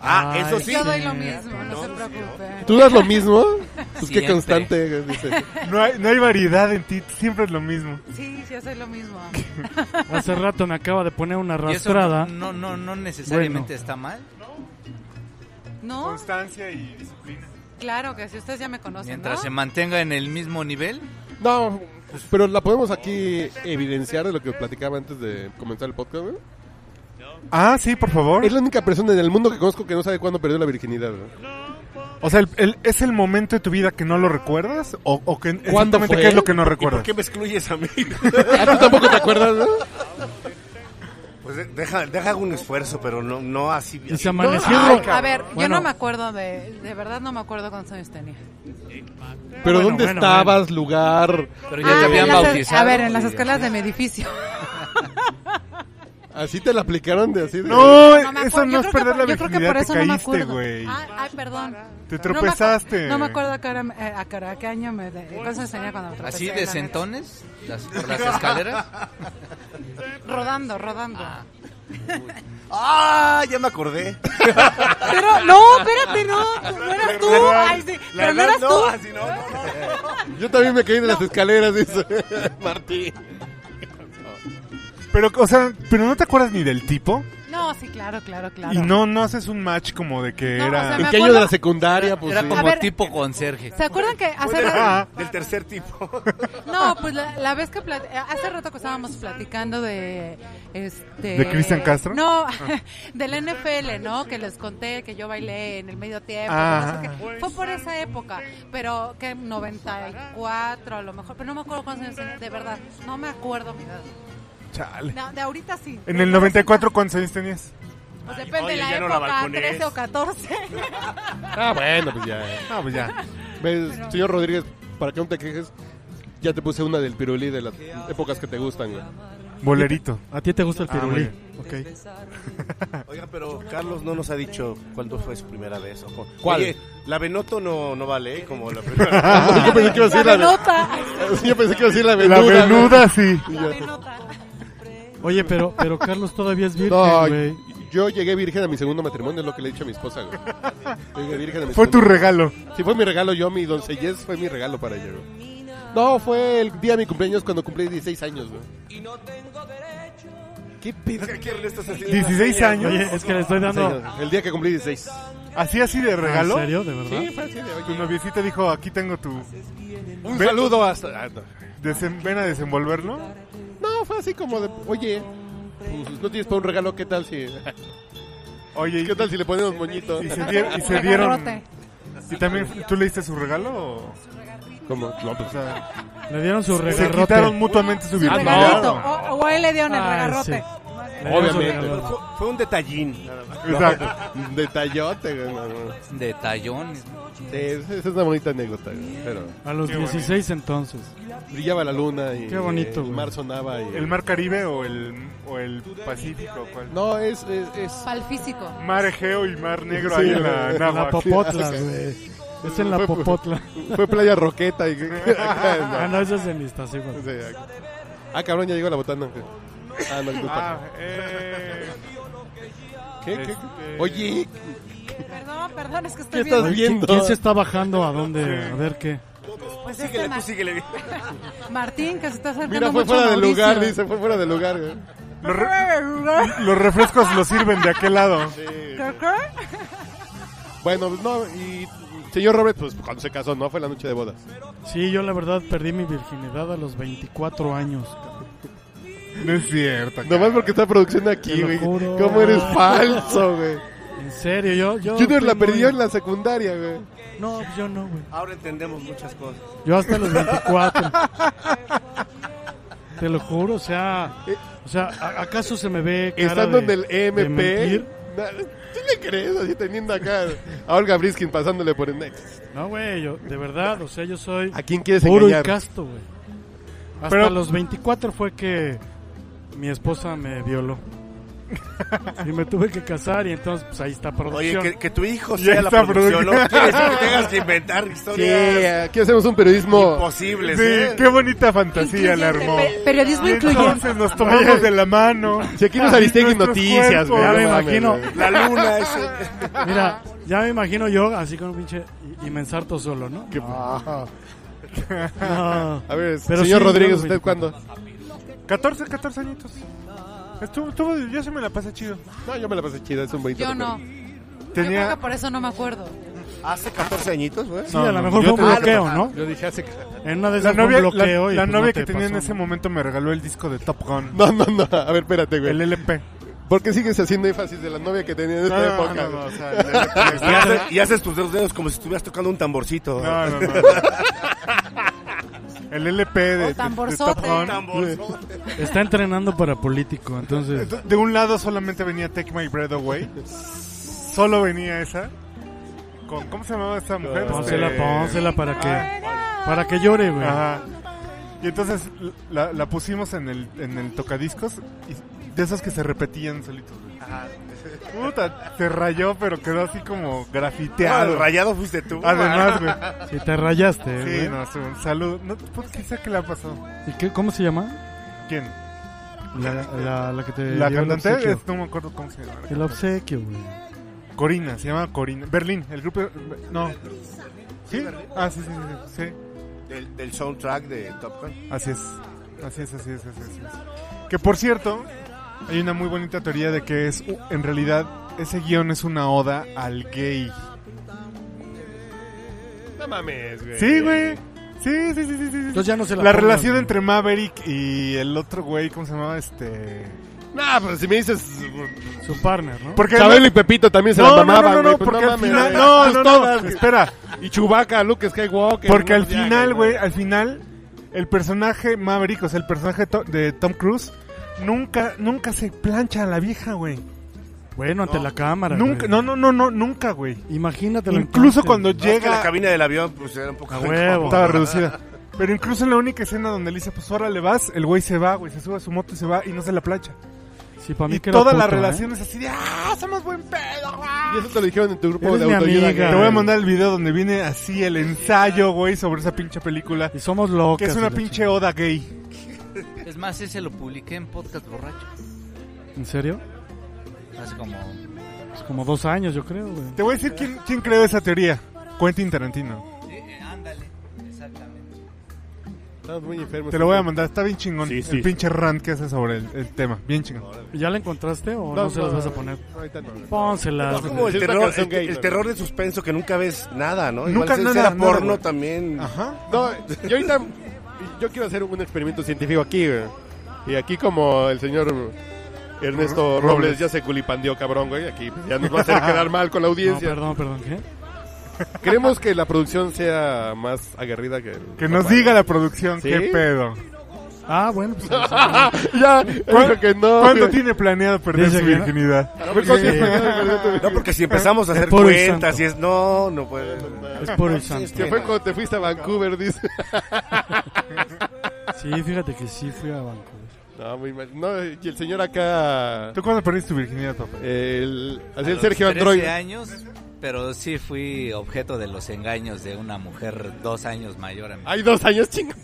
Speaker 6: Ah,
Speaker 1: Ay,
Speaker 6: eso
Speaker 1: sí.
Speaker 6: sí.
Speaker 3: Yo doy lo mismo, no se preocupe.
Speaker 2: ¿Tú das lo
Speaker 6: <laughs>
Speaker 2: mismo? Pues qué
Speaker 5: Siempre.
Speaker 2: constante. Dice.
Speaker 4: No hay, no hay variedad en ti, siempre es lo mismo.
Speaker 3: Sí, yo soy lo
Speaker 2: <laughs>
Speaker 3: mismo.
Speaker 1: Hace rato me acaba de poner una
Speaker 5: Y eso no,
Speaker 1: arrastrada.
Speaker 5: no, no, no necesariamente
Speaker 1: Bueno.
Speaker 5: está mal.
Speaker 3: No,
Speaker 4: Constancia y disciplina.
Speaker 3: claro que si ustedes ya me conocen,
Speaker 5: Mientras
Speaker 3: ¿no?
Speaker 5: se mantenga en el mismo nivel,
Speaker 2: No, pero la podemos aquí evidenciar de lo que platicaba antes de comenzar el podcast, güey?
Speaker 4: Ah, sí, por favor.
Speaker 2: Es la única persona en el mundo que conozco que no sabe cuándo perdió la virginidad. ¿no?
Speaker 4: O sea, el- el- ¿es el momento de tu vida que no lo recuerdas? ¿O, o que,
Speaker 2: ¿Cuándo
Speaker 4: exactamente
Speaker 2: fue?
Speaker 4: qué es lo que no
Speaker 6: ¿Y por
Speaker 4: recuerdas?
Speaker 6: qué me excluyes a mí?
Speaker 2: Ah, tú tampoco te acuerdas, ¿no?
Speaker 6: pues de- deja, deja hago un esfuerzo, pero no, no así.
Speaker 1: Y se
Speaker 6: así.
Speaker 1: amaneció.
Speaker 3: Ay,
Speaker 1: ro-
Speaker 3: a ver, yo
Speaker 1: Bueno.
Speaker 3: no me acuerdo de, de verdad no me acuerdo cuántos años tenía.
Speaker 2: Ah,
Speaker 3: Ah,
Speaker 2: Pero
Speaker 1: Bueno,
Speaker 2: ¿dónde
Speaker 1: bueno,
Speaker 2: estabas, lugar?
Speaker 5: Pero ya te
Speaker 3: en
Speaker 5: habían
Speaker 3: las-
Speaker 5: bautizado.
Speaker 3: A ver, en las escalas de mi edificio.
Speaker 2: Así te la aplicaron de así. de-
Speaker 4: No,
Speaker 3: me
Speaker 4: eso
Speaker 3: acuerdo. pues, Yo
Speaker 4: no es
Speaker 3: creo que
Speaker 4: perder
Speaker 3: por-
Speaker 4: la
Speaker 3: yo creo que por
Speaker 4: virginidad, te
Speaker 3: eso no me
Speaker 4: caíste,
Speaker 3: acuerdo. Ah,
Speaker 4: güey.
Speaker 3: Ay, ay, perdón.
Speaker 4: Te
Speaker 3: No me acu-
Speaker 4: tropezaste.
Speaker 3: No me acuerdo a qué, hora- eh, a qué hora- a qué año me... de- ¿Cuántos tenía cuando me tropecé,
Speaker 5: ¿Así
Speaker 3: la
Speaker 5: de
Speaker 3: neta?
Speaker 5: sentones? Las, ¿Por las escaleras?
Speaker 3: <laughs> Rodando, rodando.
Speaker 6: Ah, ya me acordé.
Speaker 3: Pero, no, espérate, <laughs> no. pues, No eras tú. Ay, sí, Pero no eras tú.
Speaker 6: así no, no, no.
Speaker 2: Yo también me caí de las escaleras, dice. <laughs>
Speaker 4: Pero, o sea, pero no te acuerdas ni del tipo.
Speaker 3: No, sí, claro, claro, claro.
Speaker 4: Y no, no haces un match como de que
Speaker 3: No, o
Speaker 4: era.
Speaker 3: sea,
Speaker 2: ¿En
Speaker 3: me
Speaker 2: qué año
Speaker 3: acuerdo-
Speaker 2: de la secundaria? Pues
Speaker 5: Era
Speaker 2: sí.
Speaker 5: como
Speaker 3: ver.
Speaker 5: tipo conserje.
Speaker 3: ¿Se acuerdan que hace
Speaker 4: Ah,
Speaker 3: rato,
Speaker 6: Del tercer tipo. <laughs>
Speaker 3: no, pues la, la vez que plat- eh, hace rato que estábamos platicando de este
Speaker 4: ¿De Cristian Castro? Ah.
Speaker 3: No, <laughs> de la NFL, ¿no? Que les conté que yo bailé en el medio tiempo,
Speaker 4: Ah.
Speaker 3: que no sé qué. fue por esa época, pero que 94 a lo mejor, pero no me acuerdo cuántos años tenía, de verdad, no me acuerdo mi edad.
Speaker 4: Chale.
Speaker 3: No, de ahorita sí.
Speaker 4: En el 94, ¿cuántos años tenías?
Speaker 3: Pues depende
Speaker 6: Oye,
Speaker 3: de la
Speaker 6: ya no la
Speaker 3: época,
Speaker 6: balconees.
Speaker 3: 13 o
Speaker 4: <laughs>
Speaker 3: 14.
Speaker 2: Ah, bueno, pues ya.
Speaker 4: No, pues ya.
Speaker 2: ¿Ves, señor Rodríguez, para que no te quejes, ya te puse una del pirulí de las épocas que te gustan, güey.
Speaker 4: Bolerito.
Speaker 1: A ti te gusta el
Speaker 4: Ah, muy
Speaker 1: pirulí.
Speaker 4: bien.
Speaker 1: ok.
Speaker 6: Oiga, pero Carlos no nos ha dicho cuándo fue su primera vez. o cu-
Speaker 2: ¿Cuál? Ah,
Speaker 6: Oye, la Venoto no, no vale, ¿eh? como
Speaker 2: <laughs>
Speaker 6: la primera.
Speaker 2: yo pensé que iba a decir
Speaker 3: La
Speaker 2: la, <laughs>
Speaker 3: nota,
Speaker 2: yo pensé que iba a decir la
Speaker 4: La
Speaker 2: venuda.
Speaker 4: venuda, sí.
Speaker 3: la nota.
Speaker 1: Oye, pero, pero Carlos todavía es
Speaker 2: No,
Speaker 1: virgen, güey.
Speaker 2: yo llegué virgen a mi segundo matrimonio, es lo que le he dicho a mi esposa, güey. Llegué virgen a mi
Speaker 4: Fue
Speaker 2: segundo-
Speaker 4: tu regalo.
Speaker 2: Sí, fue mi regalo, yo, mi doncellez, fue mi regalo para ella, güey. No, fue el día de mi cumpleaños cuando cumplí 16 años, güey. ¿Qué pedo?
Speaker 4: 16 años. Ah,
Speaker 1: Oye, es que le estoy dando.
Speaker 2: El día que cumplí 16.
Speaker 4: Así, así de regalo.
Speaker 1: ¿En serio? ¿De verdad?
Speaker 2: fue así de,
Speaker 4: Tu
Speaker 2: oye,
Speaker 4: noviecita dijo, aquí tengo tu...
Speaker 2: Un saludo hasta... ah, no.
Speaker 4: desem- Ven a desenvolverlo.
Speaker 2: No, fue así como de, oye, pues, no tienes para un regalo, ¿qué tal si,
Speaker 4: Oye, y,
Speaker 2: <laughs> qué tal si le ponemos moñito?
Speaker 4: y se, dieron- y se dieron...
Speaker 3: Agarrote.
Speaker 4: ¿Y también tú le diste su regalo? O,
Speaker 2: Como, no, pues,
Speaker 4: o sea,
Speaker 1: Le dieron su
Speaker 4: se
Speaker 1: regarrote.
Speaker 4: quitaron mutuamente su
Speaker 3: El
Speaker 4: virginidad. Ah,
Speaker 3: regalito. O, o a él le dieron el
Speaker 1: Ay,
Speaker 3: regarrote.
Speaker 1: Le dieron su
Speaker 2: Obviamente.
Speaker 1: regarrote.
Speaker 6: Fue, fue un detallín. nada más.
Speaker 4: Exacto.
Speaker 2: pues, detallote, güey, no, no.
Speaker 5: De tallón.
Speaker 2: Sí, esa es una bonita anécdota, güey, pero
Speaker 1: A los 16 entonces.
Speaker 2: brillaba la luna y
Speaker 1: Qué bonito,
Speaker 2: el
Speaker 1: güey.
Speaker 2: mar
Speaker 1: oh.
Speaker 2: sonaba y...
Speaker 4: ¿El mar Caribe o el, o el Pacífico? ¿Cuál?
Speaker 2: No, es, es, es-
Speaker 3: Para el físico.
Speaker 4: Mar Egeo y Mar Negro
Speaker 2: Sí,
Speaker 4: ahí en la
Speaker 1: En la
Speaker 4: náhuatl.
Speaker 1: Popotla, güey. Es en la
Speaker 2: Fue- fue-
Speaker 1: Popotla.
Speaker 2: fue playa roqueta y... <laughs>
Speaker 1: Ah, no, eso es en Iztaccíhuatl.
Speaker 2: Sí, acá. ah, cabrón, ya llegó la botana. Ah, no, disculpa.
Speaker 4: Ah, eh,
Speaker 2: ¿Qué, qué, qué?
Speaker 4: este-
Speaker 2: Oye,
Speaker 3: Perdón, perdón, es que estoy
Speaker 2: ¿Qué estás
Speaker 3: viendo.
Speaker 1: Oye, ¿quién,
Speaker 2: viendo?
Speaker 1: quién se está bajando a dónde? A ver qué.
Speaker 3: Pues este
Speaker 6: Síguele,
Speaker 3: Mar-
Speaker 6: tú síguele.
Speaker 3: <laughs> Martín, que se está acercando
Speaker 2: mira, fue
Speaker 3: mucho a
Speaker 2: fuera de
Speaker 3: Mauricio.
Speaker 2: lugar, dice, fue fuera de lugar. güey.
Speaker 4: los, re- los refrescos los sirven de aquel
Speaker 3: <laughs>
Speaker 4: lado.
Speaker 3: ¿Qué, qué?
Speaker 2: Bueno, no, y señor Robert, pues cuando se casó, no fue la noche de bodas.
Speaker 1: Sí, yo la verdad perdí mi virginidad a los 24 años.
Speaker 4: No es cierto.
Speaker 2: Nomás porque está producción aquí,
Speaker 1: Te lo
Speaker 2: güey.
Speaker 1: juro.
Speaker 2: ¿Cómo eres falso, güey?
Speaker 1: En serio, yo... yo
Speaker 2: Junior la
Speaker 1: fui muy-
Speaker 2: perdió en la secundaria, güey.
Speaker 1: No, yo no, güey.
Speaker 6: Ahora entendemos muchas cosas.
Speaker 1: Yo hasta los 24. Te lo juro, o sea... O sea, ¿a- ¿acaso se me ve cara
Speaker 2: Estando
Speaker 1: de-
Speaker 2: en el
Speaker 1: de
Speaker 2: MP.
Speaker 1: mentir?
Speaker 2: na- ¿Tú le crees así teniendo acá a Olga Briskin pasándole por el next?
Speaker 1: No, güey, yo, de verdad, o sea, yo soy
Speaker 2: ¿A quién quieres
Speaker 1: puro y
Speaker 2: engañar?
Speaker 1: casto, güey. Hasta
Speaker 4: Pero-
Speaker 1: los 24 fue que mi esposa me violó. Y me tuve que casar y entonces pues ahí está
Speaker 6: Oye,
Speaker 1: producción.
Speaker 6: que, que tu hijo
Speaker 4: Ya
Speaker 6: sea la
Speaker 4: está
Speaker 6: producción,
Speaker 1: <laughs>
Speaker 4: producido.
Speaker 6: ¿no? Quiere decir que tengas que inventar
Speaker 2: Sí, eh,
Speaker 6: historias
Speaker 2: aquí hacemos un periodismo.
Speaker 6: imposibles,
Speaker 4: Sí,
Speaker 6: ¿eh?
Speaker 4: qué bonita fantasía la armó.
Speaker 3: Pe- Periodismo
Speaker 4: Y
Speaker 3: incluyente.
Speaker 4: entonces nos tomamos de la mano.
Speaker 2: Si aquí no es Aristegui
Speaker 4: Nuestros
Speaker 2: Noticias,
Speaker 4: cuerpos.
Speaker 2: güey.
Speaker 1: Ya me
Speaker 2: no mames,
Speaker 1: imagino.
Speaker 2: güey.
Speaker 6: La luna, ese.
Speaker 1: Mira, ya me imagino yo así con un pinche y, y me ensarto solo, ¿no? Ah. No.
Speaker 2: A ver,
Speaker 1: Pero
Speaker 2: señor
Speaker 1: sí,
Speaker 2: Rodríguez,
Speaker 1: no,
Speaker 2: ¿usted
Speaker 1: 24.
Speaker 2: cuándo?
Speaker 4: 14, 14 añitos. Estuvo, estuvo, yo se me la pasé chido.
Speaker 2: No, yo me la pasé chida, es un bonito.
Speaker 3: Yo no.
Speaker 2: recuerdo.
Speaker 3: Yo creo
Speaker 4: Tenía...
Speaker 3: que por eso no me acuerdo.
Speaker 6: Hace 14 añitos, güey.
Speaker 1: Sí, a lo mejor
Speaker 4: yo
Speaker 1: fue un
Speaker 4: te-
Speaker 1: bloqueo, ¿no?
Speaker 2: Ah, Yo dije hace.
Speaker 1: En una de
Speaker 4: La
Speaker 1: esas
Speaker 4: novia,
Speaker 1: fue un
Speaker 4: la-
Speaker 1: bloqueo y
Speaker 4: la
Speaker 1: pues,
Speaker 4: novia
Speaker 1: no
Speaker 4: que
Speaker 1: te
Speaker 4: tenía en
Speaker 1: pasó
Speaker 4: ese momento me regaló el disco de Top Gun,
Speaker 2: No, no, no. A ver, espérate,
Speaker 4: el
Speaker 2: güey.
Speaker 4: LP.
Speaker 2: ¿Por qué sigues haciendo énfasis de la novia que tenía en
Speaker 4: No,
Speaker 2: esta
Speaker 1: Ah,
Speaker 4: no,
Speaker 2: época?
Speaker 4: no, no, o <laughs>
Speaker 6: <laughs>
Speaker 4: sea, le- le-
Speaker 6: Y haces, y haces tus dedos dedos como si estuvieras tocando un tamborcito.
Speaker 4: no, no,
Speaker 6: <laughs>
Speaker 4: no. El LP de, de- de
Speaker 3: tamborzote.
Speaker 4: Top Gun.
Speaker 6: Tamborzote.
Speaker 1: Está entrenando para político, entonces.
Speaker 4: De un lado solamente venía Take My Breath Away. Solo venía esa. Con, ¿Cómo se llamaba esa mujer?
Speaker 1: Pónsela,
Speaker 4: Este-
Speaker 1: pónsela para que,
Speaker 4: Ah,
Speaker 1: para que llore, güey.
Speaker 4: Ajá. Y entonces la, la pusimos en el, en el tocadiscos y de esos que se repetían solitos. güey. Puta, se rayó, pero quedó así como
Speaker 6: Ah, el
Speaker 4: grafiteado.
Speaker 6: rayado fuiste tú.
Speaker 4: Además, güey.
Speaker 1: Si te rayaste,
Speaker 4: Sí,
Speaker 1: güey.
Speaker 4: no, sí, un saludo. No, pues, ¿Qué sé qué le pasó?
Speaker 1: ¿Y qué, cómo se llama?
Speaker 4: ¿Quién?
Speaker 1: La, la, la que te
Speaker 4: ¿La
Speaker 1: dio el
Speaker 4: cantante?
Speaker 1: obsequio.
Speaker 4: Es- no me acuerdo cómo se llama.
Speaker 1: El obsequio, güey.
Speaker 4: Corina, se llama Corina. Berlín, el grupo. No. ¿Sí? Ah, sí, sí, sí, sí.
Speaker 6: Del, del soundtrack de Top Gun.
Speaker 4: Así es. Así es, así es, así es, así es. Que por cierto, hay una muy bonita teoría de que es. u- En realidad, ese guión es una oda al gay.
Speaker 2: No mames, güey.
Speaker 4: Sí, güey. Sí, sí, sí, sí. sí, sí.
Speaker 1: Entonces ya no se la
Speaker 4: La
Speaker 1: pongas,
Speaker 4: relación
Speaker 1: güey.
Speaker 4: entre Maverick y el otro güey, ¿cómo se llamaba? Este.
Speaker 2: No, pero si me dices.
Speaker 1: Su partner, ¿no?
Speaker 4: Porque
Speaker 2: Chabelo y Pepito también se
Speaker 4: no, no,
Speaker 2: la
Speaker 4: no,
Speaker 2: mamaban,
Speaker 4: no, no,
Speaker 2: güey, pues
Speaker 4: porque al
Speaker 2: mames,
Speaker 4: final.
Speaker 2: güey.
Speaker 4: No,
Speaker 2: Pues
Speaker 4: no,
Speaker 2: todas,
Speaker 4: no. <laughs> Espera.
Speaker 2: Y Chewbacca, Luke Skywalker.
Speaker 4: Porque
Speaker 2: no,
Speaker 4: al
Speaker 2: ya,
Speaker 4: final, güey, al final, el personaje Maverick, o sea, el personaje to- de Tom Cruise, nunca, nunca se plancha a la vieja, güey.
Speaker 1: Bueno, ante la cámara.
Speaker 4: Nunca,
Speaker 1: güey.
Speaker 4: no, no, no, no, nunca, güey.
Speaker 1: Imagínatelo.
Speaker 4: Incluso
Speaker 1: entonces.
Speaker 4: cuando
Speaker 6: Llega. la
Speaker 4: llega,
Speaker 6: cabina del avión, pues era un poco.
Speaker 1: A huevo.
Speaker 4: estaba reducida. Pero incluso en la única escena donde le dice, pues ahora le vas, el güey se va, güey, se sube a su moto y se va y no se la plancha.
Speaker 1: Sí, para mí
Speaker 4: Y
Speaker 1: que era
Speaker 4: toda la
Speaker 1: puto, ¿eh?
Speaker 4: relación es así de, ah, somos buen pedo, ah". güey.
Speaker 2: Y eso te lo dijeron en tu grupo
Speaker 1: Eres
Speaker 2: de
Speaker 1: mi
Speaker 2: autoayuda.
Speaker 1: amiga.
Speaker 2: güey.
Speaker 4: Te voy a
Speaker 1: Ay.
Speaker 4: mandar el video donde viene así el ensayo, güey, sobre esa pinche película.
Speaker 1: Y somos
Speaker 4: Que
Speaker 1: locas.
Speaker 4: es
Speaker 1: y
Speaker 4: una
Speaker 1: la
Speaker 4: pinche oda gay.
Speaker 5: Es más, ese lo publiqué en Podcast Borracho.
Speaker 1: chingada. ¿En serio?
Speaker 5: Hace como...
Speaker 1: Pues como dos años, yo creo, güey.
Speaker 4: Te voy a decir quién, quién creó esa teoría. Quentin Tarantino.
Speaker 5: ándale, exactamente.
Speaker 2: Estás muy enfermo.
Speaker 4: Te lo voy a mandar, está bien chingón.
Speaker 6: Sí, sí.
Speaker 4: El pinche rant que hace sobre el, el tema. Bien chingón.
Speaker 1: ¿Ya la encontraste o no, se las vas a poner?
Speaker 2: Ahorita no.
Speaker 1: Pónselas.
Speaker 6: Es como el
Speaker 2: Es una
Speaker 6: terror,
Speaker 2: canción
Speaker 6: el,
Speaker 2: gay,
Speaker 6: el
Speaker 2: ¿no?
Speaker 6: terror de suspenso que nunca ves nada, ¿no? Igual
Speaker 4: Nunca
Speaker 6: si
Speaker 4: nada,
Speaker 6: era
Speaker 4: nada,
Speaker 6: porno
Speaker 4: güey.
Speaker 6: también.
Speaker 4: Ajá.
Speaker 2: No, yo ahorita. Yo quiero hacer un experimento científico aquí, güey. Y aquí, como el señor Ernesto
Speaker 4: Robles.
Speaker 2: Robles ya se culipandió, cabrón, güey. Aquí pues, ya nos va a
Speaker 4: <laughs>
Speaker 2: hacer quedar mal con la
Speaker 1: No,
Speaker 2: audiencia.
Speaker 1: perdón, perdón. ¿Qué?
Speaker 2: Queremos que la producción sea más aguerrida que. el-
Speaker 4: Que nos diga la producción
Speaker 2: ¿Sí?
Speaker 4: qué
Speaker 2: <laughs>
Speaker 4: pedo.
Speaker 1: Ah, bueno. Pues,
Speaker 2: ya, dijo que no.
Speaker 4: ¿Cuándo
Speaker 2: güey.
Speaker 4: tiene planeado perder
Speaker 1: Dice
Speaker 4: su
Speaker 1: que no.
Speaker 4: virginidad?
Speaker 6: No, porque si empezamos a hacer
Speaker 1: Es puro y
Speaker 6: cuentas
Speaker 1: santo.
Speaker 6: y es. No, no puede.
Speaker 1: es por el santo.
Speaker 2: Que fue cuando te fuiste a
Speaker 5: <laughs>
Speaker 2: Vancouver, dice.
Speaker 1: Sí, fíjate que sí fui a Vancouver.
Speaker 2: No, muy mal. No, y el señor acá.
Speaker 4: ¿Tú cuándo perdiste tu virginidad, papá?
Speaker 2: El, así
Speaker 5: A
Speaker 2: el
Speaker 5: los
Speaker 2: Sergio
Speaker 5: 13
Speaker 2: Android.
Speaker 5: años, pero sí fui objeto de los engaños de una mujer dos años mayor a mí.
Speaker 2: Hay dos años, chingón.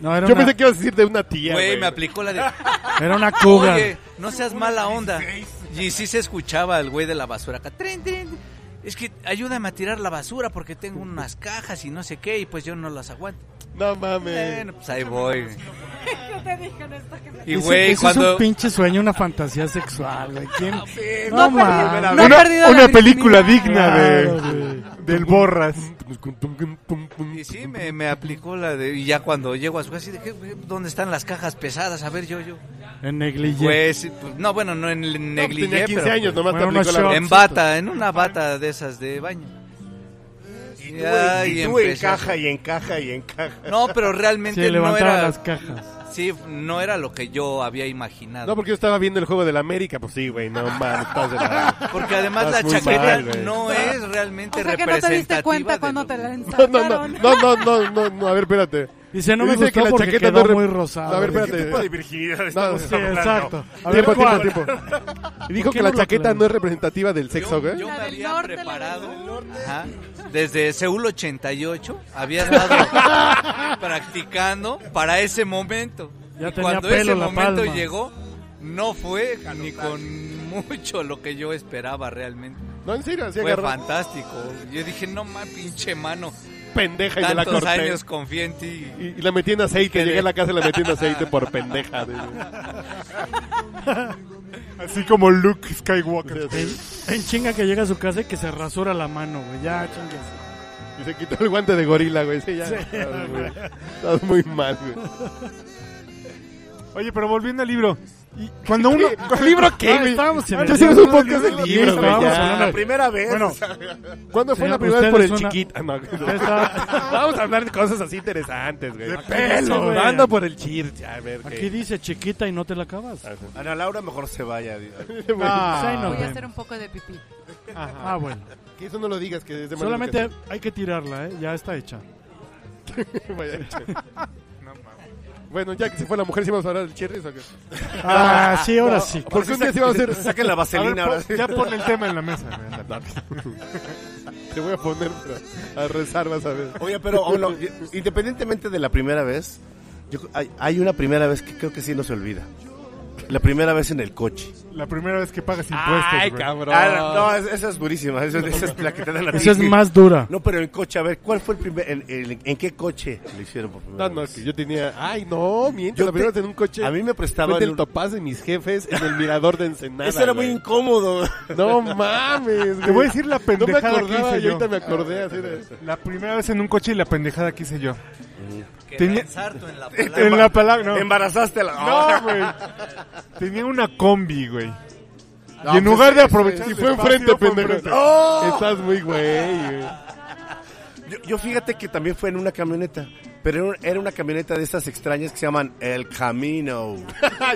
Speaker 1: No, era
Speaker 2: Yo
Speaker 1: una,
Speaker 2: pensé que ibas a decir de una tía.
Speaker 5: Güey,
Speaker 2: güey.
Speaker 5: me aplicó la de...
Speaker 1: <laughs> era una cougar.
Speaker 5: Oye, no seas mala onda. Y sí se escuchaba el güey de la basura acá. "Trin, trin". Es que ayúdame a tirar la basura porque tengo unas cajas y no sé qué y pues yo no las aguanto.
Speaker 2: No mames.
Speaker 5: Bueno, pues
Speaker 3: <laughs>
Speaker 5: ahí voy. güey.
Speaker 3: ¿Qué te dije en esto? Que se-
Speaker 5: Y
Speaker 1: Ese-
Speaker 5: güey,
Speaker 1: ese es
Speaker 5: cuando... Ah,
Speaker 1: un pinche sueño, una fantasía sexual, güey. ¿Quién?
Speaker 3: No,
Speaker 1: mames.
Speaker 3: perdí- no he
Speaker 4: una
Speaker 3: perdido la
Speaker 4: una película
Speaker 3: virginidad.
Speaker 4: digna
Speaker 1: Claro,
Speaker 4: de,
Speaker 1: güey.
Speaker 4: del Borras.
Speaker 5: Y sí, me, me aplicó la de... Y ya cuando llego a su casa, y dije, "Güey, ¿dónde están las cajas pesadas? A ver, yo, yo.
Speaker 1: En negligé.
Speaker 5: Pues, sí, pues, no, bueno, no en en
Speaker 2: No,
Speaker 5: negligé,
Speaker 2: tenía 15
Speaker 5: pero,
Speaker 2: años,
Speaker 5: pues,
Speaker 2: nomás
Speaker 1: Bueno,
Speaker 2: te aplicó
Speaker 1: unos
Speaker 2: la
Speaker 1: shots.
Speaker 5: En bata, en una bata de esas de baño.
Speaker 6: Y tú,
Speaker 5: Ya,
Speaker 6: y
Speaker 5: y
Speaker 6: tú
Speaker 5: empecé a
Speaker 6: encaja y encaja y encaja.
Speaker 5: No, pero realmente
Speaker 1: sí,
Speaker 5: no
Speaker 1: levantaba
Speaker 5: era...
Speaker 1: las cajas.
Speaker 5: Sí, no era lo que yo había imaginado.
Speaker 2: No, porque yo estaba viendo el juego de la América. Pues sí, güey, no mames. estás de la-
Speaker 5: Porque además
Speaker 2: Estás
Speaker 5: la
Speaker 2: muy
Speaker 5: chaqueta
Speaker 2: mal, güey.
Speaker 5: no es realmente
Speaker 3: O sea que no te
Speaker 5: representativa.
Speaker 3: diste cuenta
Speaker 5: de
Speaker 3: cuando
Speaker 5: lo-
Speaker 3: te la
Speaker 2: <laughs> No, no, no,
Speaker 3: ensartaron.
Speaker 2: no, no, no, no, no, a ver, espérate.
Speaker 1: Dice, no me
Speaker 2: Dice que
Speaker 1: gustó
Speaker 2: la
Speaker 1: porque
Speaker 2: chaqueta
Speaker 1: quedó
Speaker 2: no re-
Speaker 1: muy rosado.
Speaker 2: A ver,
Speaker 1: Dice,
Speaker 2: espérate.
Speaker 6: ¿Qué tipo de virginidad
Speaker 2: No,
Speaker 6: estamos
Speaker 2: sí,
Speaker 1: Sí,
Speaker 6: hablando?
Speaker 1: exacto. A ver,
Speaker 2: Tiempo,
Speaker 1: ¿cuál? <laughs>
Speaker 2: tiempo, tiempo. Y dijo
Speaker 1: ¿Por qué
Speaker 2: que la
Speaker 1: no lo
Speaker 2: chaqueta
Speaker 1: aclaras?
Speaker 2: no es representativa del sexo,
Speaker 5: Yo,
Speaker 2: güey.
Speaker 5: yo me
Speaker 3: La del
Speaker 5: había
Speaker 3: norte, la del
Speaker 5: preparado ajá, desde Seúl 88, había
Speaker 2: <laughs>
Speaker 5: estado practicando para ese momento.
Speaker 1: Ya
Speaker 5: Y
Speaker 1: tenía
Speaker 5: cuando
Speaker 1: pelo
Speaker 5: ese
Speaker 1: la
Speaker 5: momento
Speaker 1: palma.
Speaker 5: llegó, no fue ni con mucho lo que yo esperaba realmente.
Speaker 2: No, en serio, así
Speaker 5: Fue
Speaker 2: agarró.
Speaker 5: fantástico. Yo dije, no más pinche mano,
Speaker 2: Pendeja y me la
Speaker 5: tantos
Speaker 2: corté.
Speaker 5: años confié en ti.
Speaker 2: Y, y la metí en aceite.
Speaker 5: Quedé.
Speaker 2: Llegué a la casa y la metí en aceite
Speaker 5: <laughs>
Speaker 2: por pendeja. güey.
Speaker 4: Así como Luke Skywalker.
Speaker 1: En, en chinga que llega a su casa y que se rasura la mano, güey. Ya, chingas.
Speaker 2: Y se quitó el guante de gorila, güey. Sí, ya. Estás, güey. Estás muy mal, güey.
Speaker 4: Oye, pero volviendo al libro, Cuando uno.
Speaker 2: ¿Libro qué,
Speaker 1: Ah,
Speaker 2: güey?
Speaker 1: estábamos en el-
Speaker 2: Ya hicimos un podcast de
Speaker 1: Sí,
Speaker 2: libros, güey.
Speaker 1: estábamos
Speaker 2: ya.
Speaker 1: hablando de-
Speaker 6: primera vez.
Speaker 1: Bueno.
Speaker 6: o sea,
Speaker 2: ¿Cuándo fue
Speaker 1: Señor,
Speaker 2: la primera
Speaker 1: usted
Speaker 2: vez por
Speaker 1: es
Speaker 2: el
Speaker 1: una-
Speaker 2: chiquito? Ah, no, Ah, güey.
Speaker 1: Usted está-
Speaker 2: Vamos a hablar de cosas así interesantes, güey.
Speaker 1: pelo, güey.
Speaker 2: Ando por el chir. ya, A ver,
Speaker 1: Aquí
Speaker 2: qué. Ah,
Speaker 1: dice chiquita y no te la acabas.
Speaker 6: Ana Laura mejor se vaya. digo.
Speaker 1: Pues ahí nos
Speaker 3: Voy a
Speaker 1: vemos.
Speaker 3: hacer un poco de pipí.
Speaker 1: Ah, bueno.
Speaker 2: Que eso no lo digas, que es de manera
Speaker 1: Solamente <laughs> hay que tirarla, ¿eh? Ya está hecha.
Speaker 2: educativa, ya. Bueno, ya que se fue la mujer, si vamos a hablar del chirris o qué?
Speaker 1: Ah, sí, ahora sí.
Speaker 2: Porque un día sí vamos a hacer.
Speaker 6: Saquen la
Speaker 4: A ver,
Speaker 6: vaselina ahora.
Speaker 4: pon- ya pon el tema en la mesa. güey, ándale.
Speaker 2: <laughs> Te voy a poner pero, a rezar, vas a ver.
Speaker 6: Oye, pero oh, o no, independientemente de la primera vez, yo- hay, hay una primera vez que creo que sí no se olvida. La primera vez en el coche.
Speaker 4: La primera vez que pagas impuestos. güey.
Speaker 6: Ah, no, no, es- esa es durísima. Esa, esa es la que te dan a ti.
Speaker 1: Esa es más dura.
Speaker 6: No, pero el coche, a ver, ¿cuál fue el primer. en- en- ¿En qué coche lo hicieron por primera
Speaker 2: No, no,
Speaker 6: vez?
Speaker 2: que yo tenía. Ay, no, mientras
Speaker 6: Yo
Speaker 2: la primera
Speaker 6: te-
Speaker 2: vez en un coche.
Speaker 6: A mí me prestaban.
Speaker 2: Fue el
Speaker 6: un-
Speaker 2: topaz de mis jefes en el mirador de Ensenada.
Speaker 6: Eso era muy
Speaker 2: güey.
Speaker 6: incómodo.
Speaker 2: No mames, güey.
Speaker 4: Te voy a decir la pendejada
Speaker 2: No me
Speaker 4: que
Speaker 2: acordaba
Speaker 4: hice
Speaker 2: y
Speaker 4: yo.
Speaker 2: ahorita me acordé así de.
Speaker 4: La primera vez en un coche y la pendejada que hice yo.
Speaker 5: Que
Speaker 4: Tenía-
Speaker 5: lanzarto en la palabra.
Speaker 4: <laughs> En la palabra. No.
Speaker 6: Embarazaste a la.
Speaker 4: No, güey. Tenía una combi, güey.
Speaker 2: Ah,
Speaker 4: y
Speaker 2: pues,
Speaker 4: en lugar de aprovechar.
Speaker 2: Y
Speaker 4: el
Speaker 2: fue
Speaker 4: espacio,
Speaker 2: enfrente,
Speaker 4: fue
Speaker 2: pendejo.
Speaker 4: enfrente.
Speaker 2: Estás muy güey, güey.
Speaker 6: Yo, yo fíjate que también fue en una camioneta. Pero era- era una camioneta de esas extrañas que se llaman El Camino.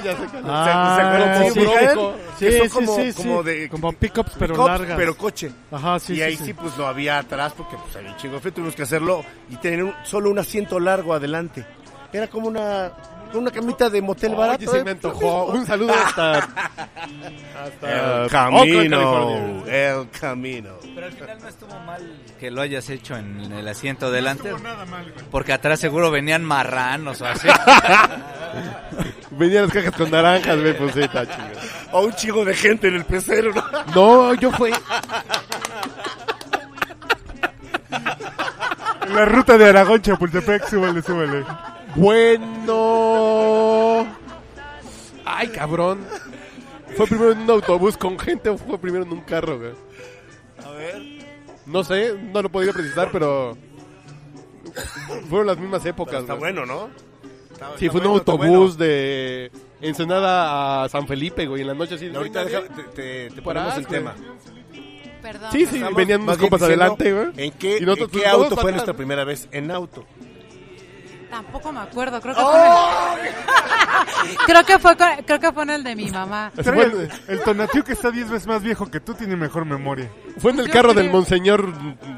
Speaker 2: ya sé que no.
Speaker 1: Ah,
Speaker 6: ¿Se- se acuerdan?
Speaker 1: sí,
Speaker 6: ¿Se acuerdan?
Speaker 1: sí,
Speaker 6: Que son
Speaker 1: sí,
Speaker 6: como-
Speaker 1: sí, sí.
Speaker 6: como de-
Speaker 1: Como pickups, pero
Speaker 6: Cops,
Speaker 1: largas.
Speaker 6: Pero coche.
Speaker 1: Ajá, sí,
Speaker 6: y
Speaker 1: sí,
Speaker 6: ahí
Speaker 1: sí.
Speaker 6: sí, pues no había atrás porque pues había un chingo de frío, tuvimos que hacerlo y tener un- solo un asiento largo adelante. Era como una una camita de motel barato.
Speaker 2: Oye, se
Speaker 6: ¿eh?
Speaker 2: me antojó. Un saludo hasta. hasta.
Speaker 6: El
Speaker 2: Oakland, California.
Speaker 6: camino, el camino.
Speaker 5: Pero al final no estuvo mal que lo hayas hecho en el asiento delante.
Speaker 4: Estuvo nada mal, güey.
Speaker 5: Porque atrás seguro venían marranos o así.
Speaker 2: Venían las cajas con naranjas, güey, pues sí, está chido.
Speaker 6: O un chingo de gente en el pecero. ¿no?
Speaker 2: No, yo fui.
Speaker 4: La ruta de Aragón, Chapultepec, súbele, súbele.
Speaker 2: Bueno. Ay, cabrón. ¿Fue primero en un autobús con gente o fue primero en un carro, güey? A ver. No sé, no lo podría precisar, pero. Fueron las mismas épocas,
Speaker 6: Está
Speaker 2: güey.
Speaker 6: bueno, ¿no?
Speaker 2: Sí, fue un autobús de Ensenada a San Felipe, güey, en la noche así.
Speaker 6: No, ahorita
Speaker 2: Nadie.
Speaker 6: deja- te, te- te
Speaker 2: Parás,
Speaker 6: ponemos el
Speaker 2: güey.
Speaker 6: tema.
Speaker 3: Perdón.
Speaker 2: Sí, sí,
Speaker 6: Estamos
Speaker 2: venían unos
Speaker 6: más bien
Speaker 2: compas
Speaker 6: diciendo
Speaker 2: adelante, güey.
Speaker 6: ¿En qué,
Speaker 2: Y nosotros-
Speaker 6: en qué
Speaker 2: todos
Speaker 6: auto fue
Speaker 2: atrás.
Speaker 6: nuestra primera vez? En auto.
Speaker 3: Tampoco me acuerdo, creo que fue en el... creo que fue con- creo que fue en el de mi mamá.
Speaker 4: Trae el, el Tonatiu que está 10 veces más viejo que tú tiene mejor memoria.
Speaker 2: Fue en el
Speaker 3: Yo
Speaker 2: carro del
Speaker 3: creo-
Speaker 2: monseñor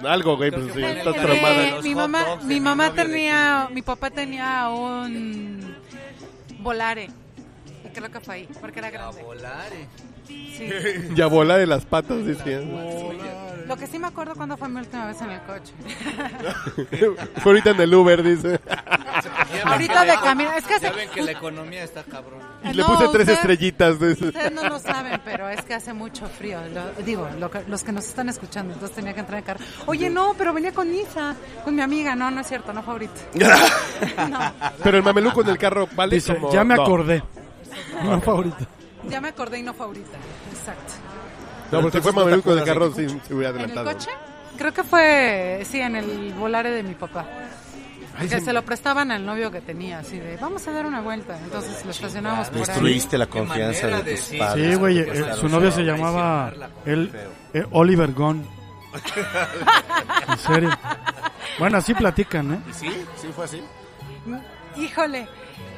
Speaker 2: algo, güey, pues sí,
Speaker 5: fue
Speaker 2: está
Speaker 5: el que
Speaker 2: traumada.
Speaker 5: de-
Speaker 3: Eh,
Speaker 5: los
Speaker 3: mi
Speaker 5: hot
Speaker 3: mamá,
Speaker 5: dogs de
Speaker 3: mi
Speaker 5: mi
Speaker 3: mamá
Speaker 5: novio de
Speaker 3: tenía, mi papá tenía un volare. Y creo que fue ahí, porque era
Speaker 5: A
Speaker 3: grande.
Speaker 5: volar. eh.
Speaker 3: Sí.
Speaker 2: Y a volar de las patas, decía.
Speaker 3: Lo que sí me acuerdo cuando fue mi última vez en el coche.
Speaker 2: <laughs> Fue ahorita en el Uber, dice.
Speaker 5: Ya ven
Speaker 3: Ahorita
Speaker 5: que la-
Speaker 3: de camino, es que
Speaker 5: Ya
Speaker 3: hace-
Speaker 5: ven que la economía está cabrón.
Speaker 2: Y
Speaker 3: Eh,
Speaker 2: le
Speaker 3: no,
Speaker 2: puse tres
Speaker 3: usted-
Speaker 2: estrellitas. dice.
Speaker 3: Ustedes no lo saben, pero es que hace mucho frío. Lo- digo, lo que- los que nos están escuchando, entonces tenía que entrar en carro. Oye, no, pero venía con Isa, con mi amiga. No, no es cierto, no favorito.
Speaker 5: Ah.
Speaker 3: no,
Speaker 2: <laughs> Pero el mameluco en el carro <laughs> vale
Speaker 1: Dice,
Speaker 2: como-
Speaker 1: ya me
Speaker 2: No. <laughs>
Speaker 1: acordé. No favorita.
Speaker 3: ya me acordé y no favorita. Exacto.
Speaker 2: No, porque fue mameluco en el carro sin se hubiera
Speaker 3: ¿En el
Speaker 2: adelantado.
Speaker 3: coche? Creo que fue, sí, en el volare de mi papá. Que se lo prestaban al novio que tenía, así de, vamos a dar una vuelta. Entonces lo estacionamos por ahí.
Speaker 6: Destruiste la
Speaker 5: Qué
Speaker 6: confianza
Speaker 5: manera
Speaker 6: de
Speaker 5: de
Speaker 6: tus
Speaker 5: decir.
Speaker 6: padres.
Speaker 1: Sí, güey,
Speaker 6: Porque
Speaker 1: eh,
Speaker 6: claro,
Speaker 1: su novio se
Speaker 5: sí,
Speaker 1: llamaba
Speaker 5: traicionarla, como
Speaker 1: el, eh, Oliver Gon. En serio. Bueno, así platican, ¿eh?
Speaker 6: ¿Y sí? ¿Sí fue así?
Speaker 3: Híjole,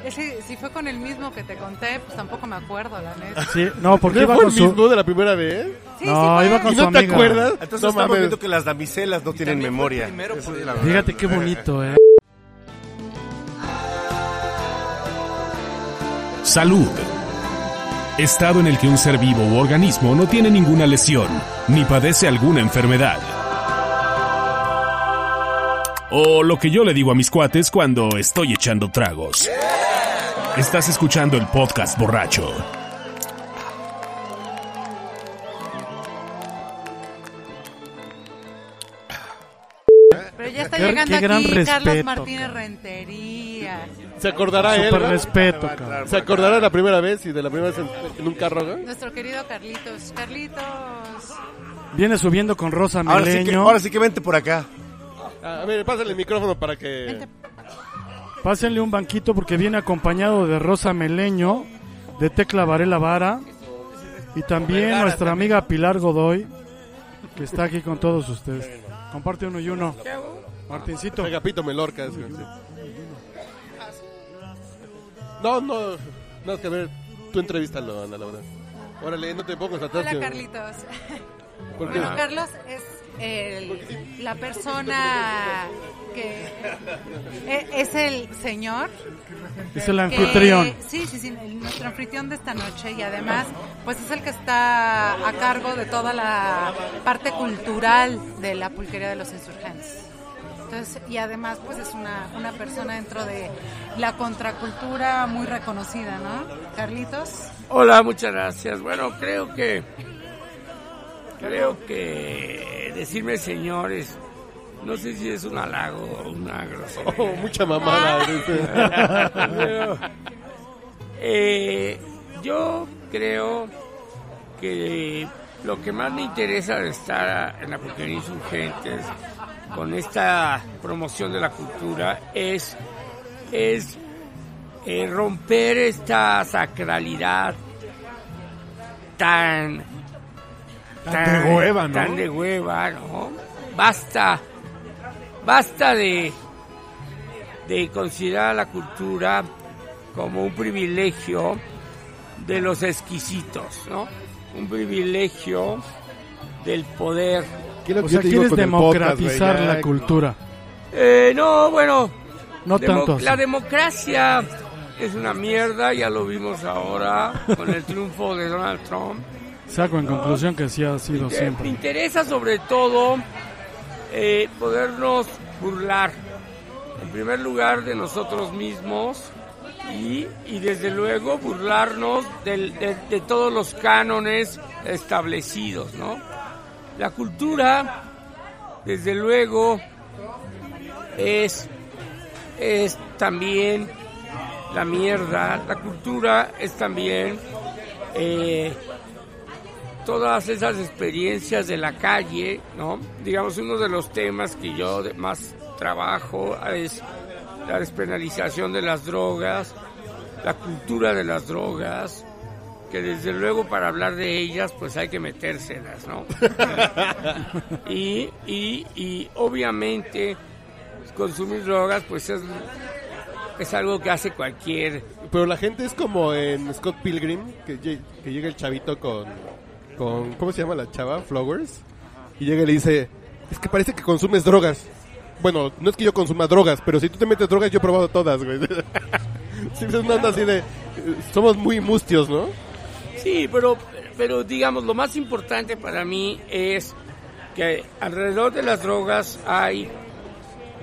Speaker 3: ese, si fue con el mismo que te conté, pues tampoco me acuerdo, la neta.
Speaker 1: Sí, no, porque
Speaker 2: ¿No
Speaker 1: iba
Speaker 2: fue
Speaker 1: con
Speaker 2: el
Speaker 1: su...
Speaker 2: mismo de la primera vez?
Speaker 3: Sí,
Speaker 1: No,
Speaker 3: sí, fue.
Speaker 1: iba con
Speaker 2: ¿Y
Speaker 1: su
Speaker 2: no te
Speaker 1: amiga.
Speaker 2: acuerdas?
Speaker 6: Entonces
Speaker 2: No
Speaker 6: estamos
Speaker 2: mames.
Speaker 6: viendo que las damiselas no tienen
Speaker 5: También fue
Speaker 6: memoria.
Speaker 5: Primero por el
Speaker 1: Fíjate qué bonito, ¿eh?
Speaker 7: Salud. Estado en el que un ser vivo u organismo no tiene ninguna lesión, ni padece alguna enfermedad. O lo que yo le digo a mis cuates cuando estoy echando tragos. Estás escuchando el podcast borracho.
Speaker 3: Pero ya está
Speaker 1: Qué-
Speaker 3: llegando
Speaker 1: qué gran
Speaker 3: aquí Carlos
Speaker 1: respeto,
Speaker 3: Martínez
Speaker 1: cabrón.
Speaker 3: Rentería.
Speaker 2: Se acordará él.
Speaker 1: Súper
Speaker 2: ¿no?
Speaker 1: respeto,
Speaker 3: Ah,
Speaker 1: cabrón.
Speaker 2: Se acordará de la primera vez y de la primera vez en, en un carro, güey.
Speaker 3: Nuestro querido Carlitos. Carlitos.
Speaker 1: Viene subiendo con Rosa
Speaker 6: Ahora sí, que,
Speaker 1: Meleño.
Speaker 6: ahora sí que vente por acá.
Speaker 2: Ah, A ver, pásale el micrófono para que...
Speaker 1: Pásenle un banquito porque viene acompañado de Rosa Meleño, de Tecla Varela Vara y también
Speaker 5: Vergara
Speaker 1: nuestra
Speaker 5: también.
Speaker 1: amiga Pilar Godoy, que está aquí con todos ustedes. Comparte uno y uno. Martincito.
Speaker 2: Agapito Melorca. es, güey, sí. No, no, no, es que a ver, tú entrevístalo, Ana Laura. Órale, no te pongas atrás.
Speaker 3: Hola
Speaker 2: que-
Speaker 3: Carlitos.
Speaker 2: porque-
Speaker 3: Bueno, Carlos es el- la persona que e- es el señor.
Speaker 1: Es el
Speaker 3: que-
Speaker 1: anfitrión.
Speaker 3: sí, sí, sí, el- nuestro anfitrión de esta noche y además pues es el que está a cargo de toda la parte cultural de la pulquería de los insurgentes. Entonces, y además pues es una, una persona dentro de la contracultura muy reconocida, ¿no? Carlitos.
Speaker 10: Hola, muchas gracias. Bueno, creo que. Creo que. Decirme señores. No sé si es un halago o una grosería. Ah.
Speaker 2: Oh, mucha mamada.
Speaker 10: <laughs>
Speaker 2: güey.
Speaker 10: Eh, yo creo que lo que más me interesa de estar en la Pulquería Insurgentes con esta promoción de la cultura es, es eh, romper esta sacralidad tan,
Speaker 4: Tan de hueva, ¿no?
Speaker 10: Tan de hueva, ¿no? Basta, basta de, de considerar la cultura como un privilegio de los exquisitos, ¿no? Un privilegio del poder.
Speaker 2: ¿Qué es lo
Speaker 1: O
Speaker 2: que
Speaker 1: sea,
Speaker 2: yo te digo
Speaker 1: quieres
Speaker 2: con el podcast, güey?
Speaker 1: democratizar
Speaker 2: Ya,
Speaker 1: la cultura.
Speaker 10: Eh, no, bueno,
Speaker 1: No
Speaker 10: demo-
Speaker 1: tanto. así.
Speaker 10: la democracia es una mierda, ya lo vimos ahora con el triunfo de Donald Trump.
Speaker 1: Saco en conclusión que sí ha sido
Speaker 10: Te- Me
Speaker 1: siempre.
Speaker 10: interesa sobre todo eh, podernos burlar, en primer lugar, de nosotros mismos y, y desde luego burlarnos del- de, de todos los cánones establecidos, ¿no? La cultura, desde luego, es, es también la mierda, la cultura es también... eh, todas esas experiencias de la calle, ¿no? Digamos, uno de los temas que yo de- más trabajo es la despenalización de las drogas, la cultura de las drogas, que desde luego para hablar de ellas, pues hay que metérselas, ¿no? y, y, y obviamente consumir drogas, pues es, es algo que hace cualquier
Speaker 2: Pero la gente es como en Scott Pilgrim, que, lle- que llega el chavito con, con... ¿Cómo se llama la chava? Flowers. Y llega y le dice, es que parece que consumes drogas. Bueno, no es que yo consuma drogas, pero si tú te metes drogas, yo he probado todas, güey. <laughs> Siempre es una onda así de... eh, Somos muy mustios, ¿no?
Speaker 10: Sí, pero, pero digamos, lo más importante para mí es que alrededor de las drogas hay,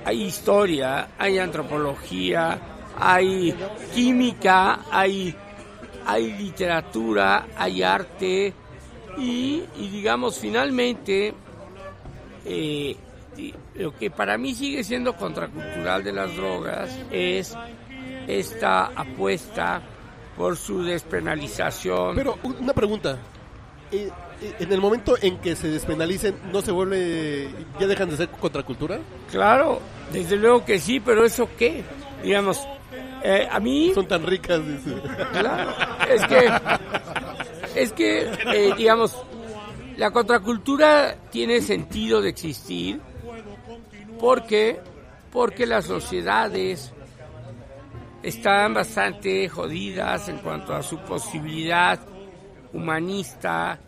Speaker 10: hay historia, hay antropología, hay química, hay, hay literatura, hay arte y, y digamos, finalmente, eh, y lo que para mí sigue siendo contracultural de las drogas es esta apuesta por su despenalización.
Speaker 2: Pero u- una pregunta. Eh, eh, En el momento en que se despenalicen, ¿no se vuelve... ya dejan de ser contracultura?
Speaker 10: Claro, desde luego que sí, pero eso qué, digamos, eh, a mí,
Speaker 2: Son tan ricas, dice.
Speaker 10: claro, es que, es que, eh, digamos, la contracultura tiene sentido de existir porque, porque las sociedades están bastante jodidas en cuanto a su posibilidad humanista,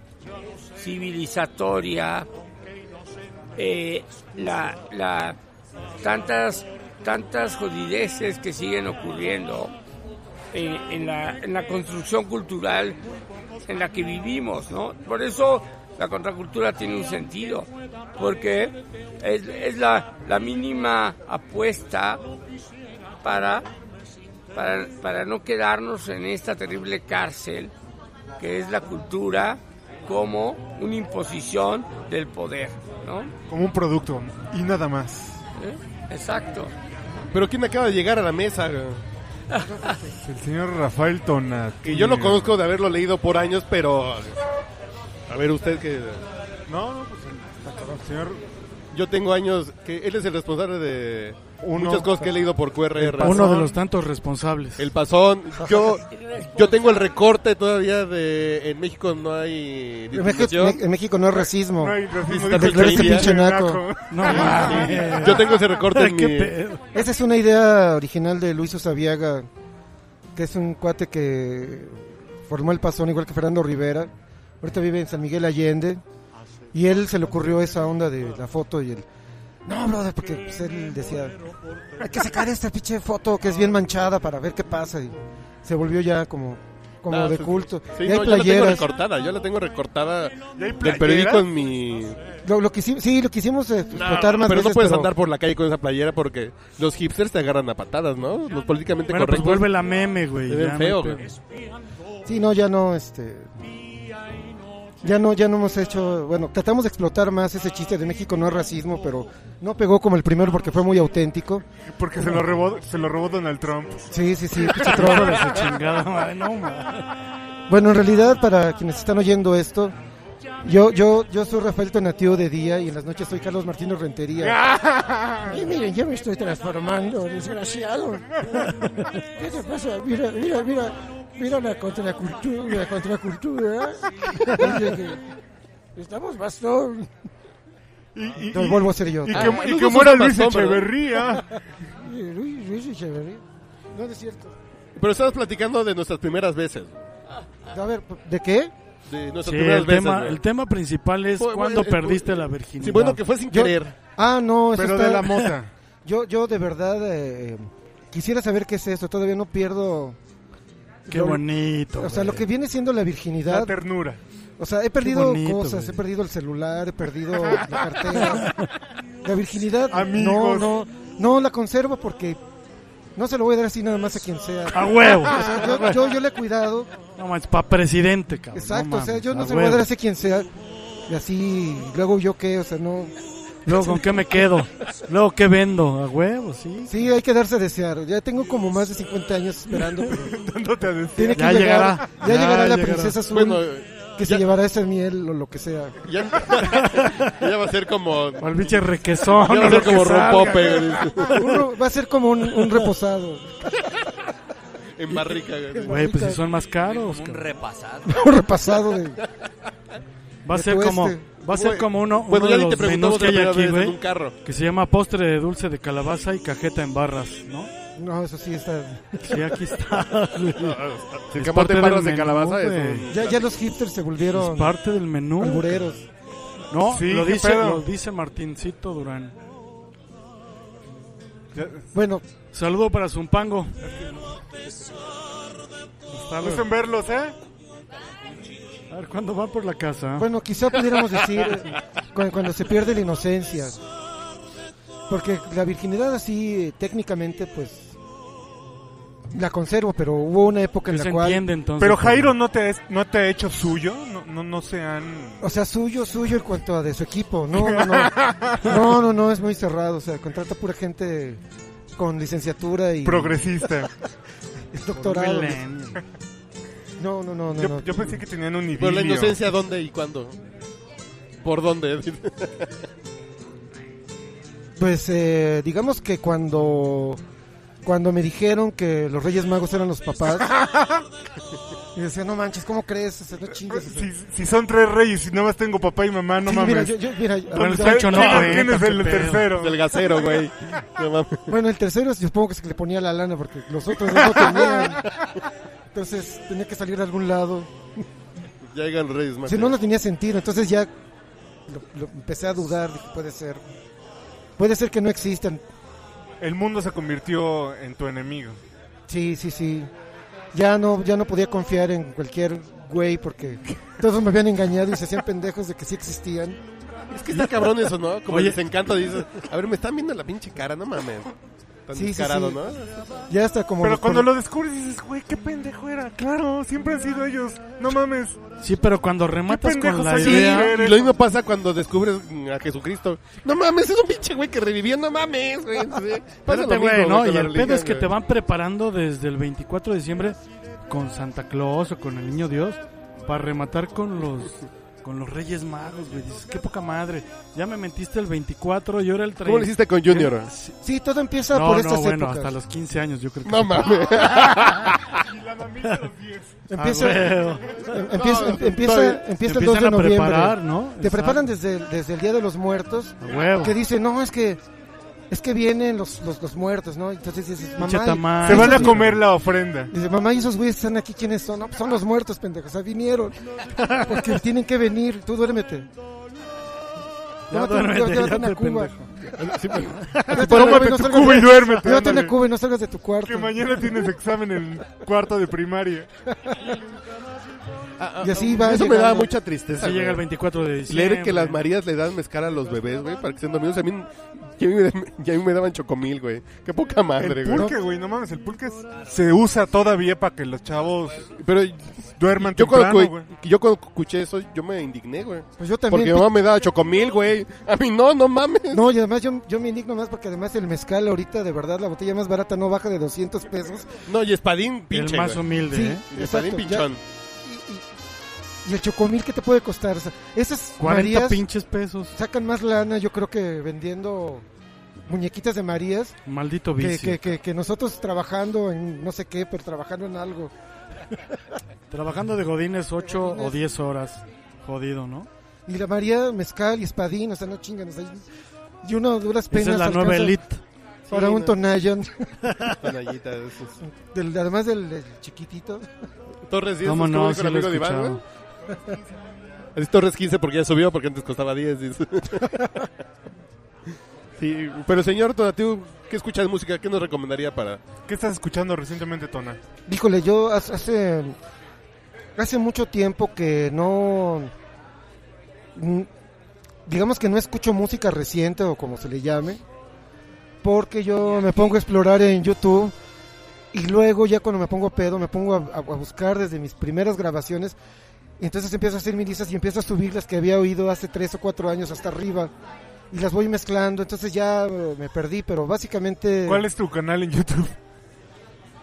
Speaker 10: civilizatoria, eh, la, la- tantas, tantas jodideces que siguen ocurriendo eh, en, la, en la construcción cultural en la que vivimos, ¿no? Por eso la contracultura tiene un sentido, porque es, es la, la mínima apuesta para, para, para no quedarnos en esta terrible cárcel que es la cultura como una imposición del poder, ¿no?
Speaker 4: Como un producto y nada más.
Speaker 10: ¿Eh? Exacto.
Speaker 2: Pero ¿quién acaba de llegar a la mesa? güey?
Speaker 4: El señor Rafael Tona.
Speaker 2: Que yo lo conozco de haberlo leído por años, pero... A ver, usted que...
Speaker 4: No, no, pues el, el señor
Speaker 2: yo tengo años que él es el responsable de
Speaker 1: Uno-
Speaker 2: muchas cosas que he leído por QRR.
Speaker 1: Uno de los tantos responsables.
Speaker 2: El pasón. Yo, yo tengo el recorte todavía de. En México no hay.
Speaker 11: En México,
Speaker 2: discriminación.
Speaker 11: en México no es racismo.
Speaker 2: No hay racismo,
Speaker 11: Te
Speaker 2: dijo el
Speaker 11: declaraste
Speaker 2: India.
Speaker 11: pinche naco.
Speaker 2: No mames. Yo tengo ese recorte en Qué mi- pedo.
Speaker 11: Esa es una idea original de Luis Osabiaga, que es un cuate que formó el pasón igual que Fernando Rivera. Ahorita vive en San Miguel Allende.
Speaker 2: Ah,
Speaker 11: Y él se le ocurrió esa onda de la foto y el... No, brother, porque pues, él decía, hay que sacar esta pinche foto que es bien manchada para ver qué pasa. Y se volvió ya como, como
Speaker 2: No,
Speaker 11: de
Speaker 2: pues,
Speaker 11: culto.
Speaker 2: sí,
Speaker 11: y hay
Speaker 2: no, yo la tengo
Speaker 11: playeras.
Speaker 2: recortada. Yo la tengo recortada del
Speaker 11: playeras?
Speaker 2: periódico en mi.
Speaker 11: Lo, lo que sí, sí, lo quisimos eh,
Speaker 2: No,
Speaker 11: explotar más
Speaker 2: pero no
Speaker 11: veces,
Speaker 2: puedes andar por la calle con esa playera porque los hipsters te agarran a patadas, ¿no? Los políticamente
Speaker 1: Bueno, pues
Speaker 2: correctos.
Speaker 1: vuelve la meme, güey,
Speaker 2: este Se ven
Speaker 1: ya, no
Speaker 2: feo,
Speaker 1: hay pedo.
Speaker 2: güey.
Speaker 11: Sí, no, ya no, este... Ya no, ya no hemos hecho... Bueno, tratamos de explotar más ese chiste de México no es racismo, pero no pegó como el primero porque fue muy auténtico.
Speaker 4: Porque se lo robó, se lo robó Donald Trump.
Speaker 11: Sí, sí, sí, pinche Trump.
Speaker 4: Hijo de su chingada madre, no,
Speaker 11: Bueno, en realidad, para quienes están oyendo esto, yo, yo, yo soy Rafael Tonatiu de día y en las noches soy Carlos Martínez
Speaker 1: ¡Ah!
Speaker 11: Rentería.
Speaker 6: <laughs>
Speaker 12: Y miren, yo me estoy transformando, desgraciado. ¿Qué te pasa? Mira, mira, mira, mira la contracultura, la contracultura. Dice que Estamos bastón.
Speaker 11: Entonces vuelvo a ser yo.
Speaker 12: y que- Ah, y que muera Luis <laughs>
Speaker 4: Echeverría.
Speaker 11: Luis, Luis Echeverría. No es cierto.
Speaker 2: Pero estabas platicando de nuestras
Speaker 1: <laughs>
Speaker 2: primeras veces.
Speaker 11: A ver, ¿de qué?
Speaker 2: De nuestras
Speaker 1: Sí,
Speaker 2: primeras
Speaker 1: el,
Speaker 2: veces.
Speaker 1: tema,
Speaker 2: güey.
Speaker 1: el tema principal es
Speaker 2: Fue-
Speaker 1: cuando
Speaker 2: fue-
Speaker 1: Pues, perdiste
Speaker 2: fue-
Speaker 1: la virginidad.
Speaker 2: Sí, bueno, que fue sin
Speaker 11: Yo-
Speaker 2: querer.
Speaker 11: Ah, no, eso
Speaker 1: Pero
Speaker 11: está-
Speaker 1: de la mota.
Speaker 11: <laughs> Yo, yo de verdad eh, quisiera saber qué es esto. Todavía no pierdo.
Speaker 1: Qué
Speaker 11: lo-
Speaker 1: bonito,
Speaker 11: O sea,
Speaker 1: güey.
Speaker 11: lo que viene siendo la virginidad.
Speaker 4: La ternura.
Speaker 11: O sea, he
Speaker 4: Qué
Speaker 11: perdido
Speaker 4: bonito,
Speaker 11: cosas.
Speaker 4: güey.
Speaker 11: He perdido el celular, he perdido la
Speaker 2: <laughs>
Speaker 11: cartera. La virginidad. No,
Speaker 4: Amigos.
Speaker 11: no, no la conservo porque no se lo voy a dar así nada más a quien sea.
Speaker 1: A huevo.
Speaker 11: O sea, yo, yo, yo le he cuidado.
Speaker 1: No manches, para presidente, cabrón.
Speaker 11: Exacto,
Speaker 1: no
Speaker 11: o sea,
Speaker 1: mames,
Speaker 11: yo no
Speaker 1: a
Speaker 11: se lo voy a
Speaker 1: huevo.
Speaker 11: dar así a quien sea. Y así, luego yo qué, o sea, no.
Speaker 1: Luego, ¿con qué me quedo? Luego, ¿qué vendo? A huevo, sí.
Speaker 11: Sí, hay que darse a desear. Ya tengo como más de 50 años esperando.
Speaker 2: <laughs>
Speaker 11: pero Tiene que
Speaker 1: Ya
Speaker 11: llegar,
Speaker 1: llegará.
Speaker 11: Ya,
Speaker 1: Ya
Speaker 11: llegará la
Speaker 1: llegará.
Speaker 11: princesa azul
Speaker 1: Bueno,
Speaker 11: que se llevará ese miel o lo que sea.
Speaker 2: Ya, <laughs> ya va a ser como.
Speaker 1: O el pinche requesón,
Speaker 2: Ya va
Speaker 1: o
Speaker 2: a ser
Speaker 1: lo
Speaker 2: como
Speaker 1: que salga.
Speaker 2: Ron Popper.
Speaker 11: <laughs> Uno va a ser como un, un reposado. <laughs>
Speaker 2: en barrica, güey.
Speaker 1: Güey, pues si son más caros.
Speaker 5: Un
Speaker 1: cabrón.
Speaker 5: repasado.
Speaker 11: un repasado de.
Speaker 1: Va a
Speaker 11: de
Speaker 1: ser
Speaker 11: tueste.
Speaker 1: como va a ser como uno,
Speaker 2: Bueno,
Speaker 1: uno
Speaker 2: ya
Speaker 1: de
Speaker 2: ni te
Speaker 1: los
Speaker 2: preguntamos
Speaker 1: menús que hay
Speaker 2: la primera
Speaker 1: aquí,
Speaker 2: vez en
Speaker 1: güey,
Speaker 2: un carro.
Speaker 1: que se llama postre de dulce de calabaza y cajeta en barras, ¿no?
Speaker 11: No, eso sí está.
Speaker 1: Sí, aquí
Speaker 2: <laughs>
Speaker 1: está. güey.
Speaker 2: Si el
Speaker 1: Es
Speaker 2: camote
Speaker 1: parte
Speaker 2: en barras
Speaker 1: del
Speaker 2: de calabaza
Speaker 1: menú,
Speaker 2: es
Speaker 1: güey.
Speaker 11: Ya, ya los hipsters se volvieron.
Speaker 1: Es parte del menú.
Speaker 11: Albureros.
Speaker 1: No,
Speaker 11: Sí,
Speaker 1: lo
Speaker 11: qué
Speaker 1: dice
Speaker 11: pedo.
Speaker 1: lo dice Martincito Durán.
Speaker 11: Bueno,
Speaker 1: saludo para Zumpango.
Speaker 4: Gusto en verlos, ¿eh?
Speaker 1: A ver cuándo va por la casa.
Speaker 11: Bueno, quizá
Speaker 1: <laughs>
Speaker 11: pudiéramos decir eh, cuando, cuando se pierde la inocencia. Porque la virginidad así eh, técnicamente pues la conservo, pero hubo una época en la cual
Speaker 4: Pero Jairo no te, es- no te ha hecho suyo, no, no, no se han...
Speaker 11: o sea, suyo, suyo en cuanto a de su equipo. No, no,
Speaker 4: <laughs>
Speaker 11: no. No, no, no, es muy cerrado, o sea, contrata pura gente con licenciatura y <laughs>
Speaker 4: Progresista.
Speaker 11: doctorado. No, no, no, no.
Speaker 4: Yo-
Speaker 11: no.
Speaker 4: yo pensé que tenían un
Speaker 2: Pero la inocencia, ¿dónde y cuándo? ¿Por dónde?
Speaker 11: <laughs> Pues eh, digamos que cuando cuando me dijeron que los Reyes Magos eran los
Speaker 4: <laughs>
Speaker 11: papás y decía no manches cómo crees O sea, no chingues o sea.
Speaker 4: Si, si son tres reyes y nomás tengo papá y mamá, no
Speaker 11: Sí,
Speaker 4: mames.
Speaker 11: mira, yo- yo- mira,
Speaker 4: ¿Dónde
Speaker 11: bueno,
Speaker 4: está-
Speaker 11: Sancho no
Speaker 4: ¿Quién,
Speaker 11: cuenta,
Speaker 4: quién es
Speaker 11: qué
Speaker 4: el
Speaker 11: pedo.
Speaker 4: tercero?
Speaker 2: Del gasero, güey. No mames.
Speaker 11: bueno el tercero supongo que es que le ponía la lana porque los otros dos no tenían entonces tenía que salir de algún lado
Speaker 2: Ya llegan los Reyes Magos.
Speaker 11: si no no tenía sentido entonces ya lo- lo empecé a dudar dije, puede ser puede ser que no existan
Speaker 4: El mundo se convirtió en tu enemigo.
Speaker 11: Sí, sí, sí. Ya no, ya no podía confiar en cualquier güey porque todos me habían engañado y se hacían pendejos de que sí existían.
Speaker 2: Es que está cabrón eso, ¿no? Como
Speaker 11: Oye.
Speaker 2: les encanta, dices, a ver, me están viendo la pinche cara, no mames. Tan
Speaker 11: Sí, sí,
Speaker 2: descarado,
Speaker 11: sí.
Speaker 2: ¿no?
Speaker 11: Ya está como.
Speaker 4: Pero
Speaker 11: los-
Speaker 4: cuando lo descubres dices, güey, qué pendejo era. Claro, siempre han sido ellos. No mames.
Speaker 1: Sí, pero cuando rematas con
Speaker 4: pendejos
Speaker 1: la
Speaker 4: hay que
Speaker 1: idea,
Speaker 4: ver
Speaker 2: Y lo mismo pasa cuando descubres mm, a Jesucristo. No mames, es un pinche güey que revivió, no mames, güey. Sí. Pasa lo
Speaker 1: Espérate, este güey,
Speaker 2: mismo,
Speaker 1: ¿no?
Speaker 2: güey,
Speaker 1: Y
Speaker 2: con la
Speaker 1: el pedo
Speaker 2: religión,
Speaker 1: es que
Speaker 2: güey.
Speaker 1: te van preparando desde el 24 de diciembre con Santa Claus o con el Niño Dios para rematar con los con los Reyes Magos, güey. Dices, qué poca madre. Ya me mentiste el 24 y ahora el 30.
Speaker 2: ¿Cómo lo hiciste con Junior?
Speaker 11: Sí, todo empieza
Speaker 1: No,
Speaker 11: por
Speaker 1: no,
Speaker 11: estas
Speaker 1: bueno,
Speaker 11: épocas.
Speaker 1: hasta los 15 años, yo creo que.
Speaker 11: No
Speaker 1: sí. <laughs>
Speaker 11: mames.
Speaker 1: Ah,
Speaker 11: Empieza, em-
Speaker 1: bueno.
Speaker 11: empieza,
Speaker 1: No,
Speaker 11: empieza,
Speaker 1: todavía-
Speaker 11: empieza
Speaker 1: te
Speaker 11: el 2
Speaker 1: empiezan
Speaker 11: de
Speaker 1: a
Speaker 11: noviembre.
Speaker 1: preparar, ¿no?
Speaker 11: Te
Speaker 1: Exacto.
Speaker 11: preparan desde, el- desde el Día de los Muertos.
Speaker 1: A huevo.
Speaker 11: Que dicen, no, es que es que vienen los, los, los muertos, ¿no? Entonces dices, mamá.
Speaker 4: Pinche tamal.
Speaker 11: y-
Speaker 4: Se van a
Speaker 11: esos-
Speaker 4: comer la ofrenda.
Speaker 11: Dice, mamá, ¿y esos güeyes que están aquí quiénes son? No, pues son los muertos, pendejos. O
Speaker 1: <laughs>
Speaker 11: sea, vinieron. Porque tienen que venir. Tú duérmete.
Speaker 1: Ya
Speaker 11: Llévate-
Speaker 1: duérmete,
Speaker 11: llévate
Speaker 1: ya
Speaker 11: una
Speaker 1: te
Speaker 11: Cuba. Eh,
Speaker 1: pendejo.
Speaker 4: Sí, <laughs> pero-
Speaker 11: <laughs> Llévate
Speaker 4: Tómate
Speaker 11: una no
Speaker 4: tu
Speaker 11: salgas
Speaker 4: Cuba y
Speaker 11: de-
Speaker 4: duérmete,
Speaker 11: Llévate una
Speaker 4: ándale.
Speaker 11: Cuba y no salgas de tu cuarto. <laughs>
Speaker 4: Que mañana tienes examen en cuarto de primaria.
Speaker 11: Ah, Y así va
Speaker 2: Eso me
Speaker 11: llegando.
Speaker 2: da mucha tristeza.
Speaker 1: Así llega
Speaker 2: güey.
Speaker 1: el 24 de diciembre.
Speaker 2: Leer que las Marías le dan mezcal a los bebés, güey, para que sean dormidos. A mí, y a mí, me- y a mí me daban chocomil, güey. Qué poca madre,
Speaker 4: El
Speaker 2: güey.
Speaker 4: pulque, güey, no mames, el pulque es- se usa todavía para que los chavos
Speaker 2: pero
Speaker 4: duerman
Speaker 2: Yo cuando,
Speaker 4: temprano,
Speaker 2: cu-
Speaker 4: güey.
Speaker 2: yo cuando escuché eso, yo me indigné, güey.
Speaker 11: Pues yo también.
Speaker 2: Porque mi mamá me daba chocomil, güey. A mí no, no mames.
Speaker 11: No, y además yo, yo me indigno más porque además el mezcal ahorita, de verdad, la botella más barata no baja de 200 pesos.
Speaker 2: No, y espadín pinche.
Speaker 1: más
Speaker 2: güey.
Speaker 1: humilde,
Speaker 11: Sí,
Speaker 1: ¿eh?
Speaker 2: Y espadín
Speaker 11: exacto,
Speaker 4: <laughs>
Speaker 2: pinchón.
Speaker 11: Y el chocomil, ¿qué te puede costar? O sea, esas
Speaker 1: 40
Speaker 11: Marías
Speaker 1: pinches pesos.
Speaker 11: Sacan más lana, yo creo que vendiendo muñequitas de Marías.
Speaker 1: Maldito
Speaker 11: Que,
Speaker 1: vicio.
Speaker 11: que, que, que nosotros trabajando en no sé qué, pero trabajando en algo.
Speaker 1: Trabajando de godines 8 o 10 horas. Jodido, ¿no?
Speaker 11: Y la María Mezcal y Espadín, o sea, no chingan. o sea, y- y uno a duras
Speaker 1: Esa es
Speaker 11: penas.
Speaker 1: la
Speaker 11: alcanza
Speaker 1: nueva elite.
Speaker 11: Para
Speaker 2: Sí,
Speaker 11: un
Speaker 2: no.
Speaker 11: Tonayan.
Speaker 2: <laughs> Tonallita de esos.
Speaker 11: Del- además del, del chiquitito.
Speaker 2: Torres 10,
Speaker 1: ¿Cómo
Speaker 2: ¿cómo
Speaker 1: no?
Speaker 2: dijo el
Speaker 1: Sí lo he
Speaker 2: amigo de Iván,
Speaker 1: escuchado.
Speaker 2: güey? Es Torres 15 porque ya subió, porque antes costaba
Speaker 4: <laughs>
Speaker 2: 10, dice. Sí, pero señor Tonatiu, ¿qué escuchas de música? ¿Qué nos recomendaría para...?
Speaker 4: ¿Qué estás escuchando recientemente, Tona?
Speaker 11: Híjole, yo hace- hace hace mucho tiempo que no mm, digamos que no escucho música reciente o como se le llame, porque yo me pongo a explorar en YouTube y luego ya cuando me pongo pedo me pongo a, a- a buscar desde mis primeras grabaciones y entonces empiezo a hacer mis listas y empiezo a subir las que había oído hace tres o cuatro años hasta arriba y las voy mezclando, entonces ya eh, me perdí, pero básicamente
Speaker 4: ¿Cuál es tu canal en YouTube?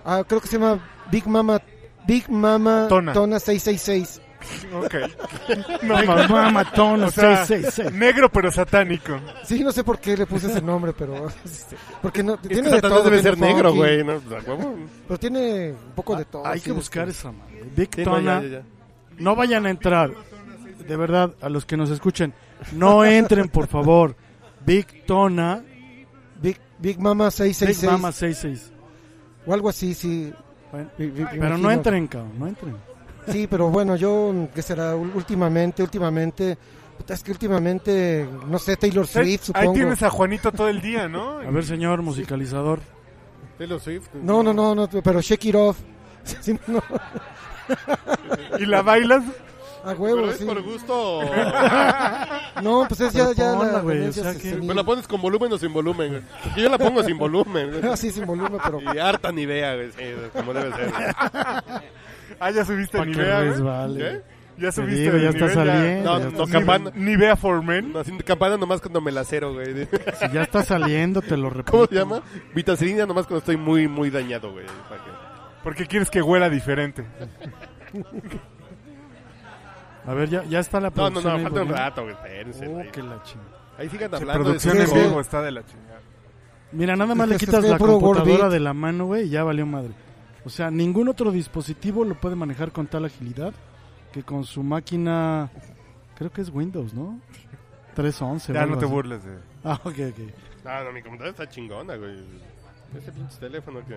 Speaker 11: Ah, creo que se llama Big Mama Big Mama
Speaker 4: Tona.
Speaker 11: 666.
Speaker 2: <laughs>
Speaker 4: Ok.
Speaker 11: Mamá, mamá, Tona,
Speaker 4: O sea,
Speaker 11: 666.
Speaker 4: Negro pero satánico.
Speaker 11: Sí, no sé por qué le puse ese nombre, pero <laughs> este, porque no
Speaker 4: que
Speaker 11: tiene de
Speaker 4: Satanás
Speaker 11: todo.
Speaker 4: debe
Speaker 11: tiene
Speaker 4: ser negro,
Speaker 11: funky,
Speaker 4: güey,
Speaker 2: ¿no? ¿A huevo?
Speaker 11: Pero tiene un poco de todo.
Speaker 1: Hay
Speaker 11: sí,
Speaker 1: que buscar
Speaker 11: este.
Speaker 1: esa madre. Big
Speaker 11: Sí, no,
Speaker 1: Tona.
Speaker 11: ya, ya, ya.
Speaker 1: No vayan a entrar. De verdad, a los que nos escuchen, no entren, por favor. Big Tona.
Speaker 11: Big, Big Mama 666.
Speaker 1: Big Mama 66.
Speaker 11: O algo así, sí. Vi- vi-
Speaker 1: Pero
Speaker 11: imagino-
Speaker 1: no entren, cabrón, no entren.
Speaker 11: Sí, pero bueno, yo, ¿qué será? Ul- Últimamente, últimamente. puta, Es que últimamente, no sé, Taylor Swift, supongo.
Speaker 4: Ahí tienes a Juanito todo el día, ¿no?
Speaker 1: A ver, señor musicalizador.
Speaker 2: Taylor Swift.
Speaker 11: No, no, no, no, pero Shake It Off. <laughs> Sí, no.
Speaker 4: ¿Y la bailas?
Speaker 11: A huevo,
Speaker 2: ¿Pero es
Speaker 11: sí.
Speaker 2: por gusto?
Speaker 11: No, pues es ya, ya la tendencia
Speaker 2: ¿Me
Speaker 11: senil.
Speaker 2: Pues la pones con volumen o sin volumen? güey? Porque yo la pongo sin volumen. güey.
Speaker 11: No, sí, sin volumen, pero...
Speaker 2: Y harta ni idea, güey, sí, como debe ser.
Speaker 4: <laughs> Ah, ya subiste
Speaker 2: Pa'
Speaker 4: a
Speaker 2: que
Speaker 4: Nivea. güey.
Speaker 2: resbale.
Speaker 4: ¿Qué? Ya
Speaker 2: Te
Speaker 4: subiste
Speaker 2: digo,
Speaker 4: de
Speaker 2: ya
Speaker 4: nivel,
Speaker 2: está saliendo,
Speaker 4: No,
Speaker 2: ya
Speaker 4: no,
Speaker 2: está saliendo.
Speaker 4: campana- Nivea for men.
Speaker 2: No, sin campana nomás cuando me la cero, güey.
Speaker 1: Si ya está saliendo, te lo repito.
Speaker 2: ¿Cómo se llama? Vitacilina nomás cuando estoy muy, muy dañado, güey. para que-
Speaker 4: ¿Por qué quieres que huela diferente?
Speaker 1: A ver, ya, ya está la
Speaker 2: No, no,
Speaker 1: producción.
Speaker 2: no,
Speaker 1: ahí,
Speaker 2: falta un
Speaker 1: ¿verdad?
Speaker 2: rato, güey. espérense,
Speaker 1: Oh,
Speaker 2: ahí.
Speaker 1: qué la chingada.
Speaker 2: Ahí sigan
Speaker 4: La
Speaker 2: hablando. de
Speaker 4: producción
Speaker 2: eso.
Speaker 4: en vivo está de la chingada.
Speaker 1: Mira, nada
Speaker 4: <laughs>
Speaker 1: más le
Speaker 4: Es que
Speaker 1: quitas
Speaker 4: es
Speaker 1: la
Speaker 4: puro World
Speaker 1: computadora
Speaker 4: Beat.
Speaker 1: de la mano, güey, y ya valió madre. O sea, ningún otro dispositivo lo puede manejar con tal agilidad que con su máquina, creo que es Windows, ¿no? 311.
Speaker 4: Ya
Speaker 1: o algo
Speaker 4: no te
Speaker 1: así.
Speaker 4: burles de-
Speaker 1: Ah, ok, ok.
Speaker 2: No, no, mi computadora está chingona, güey. Ese pinche teléfono que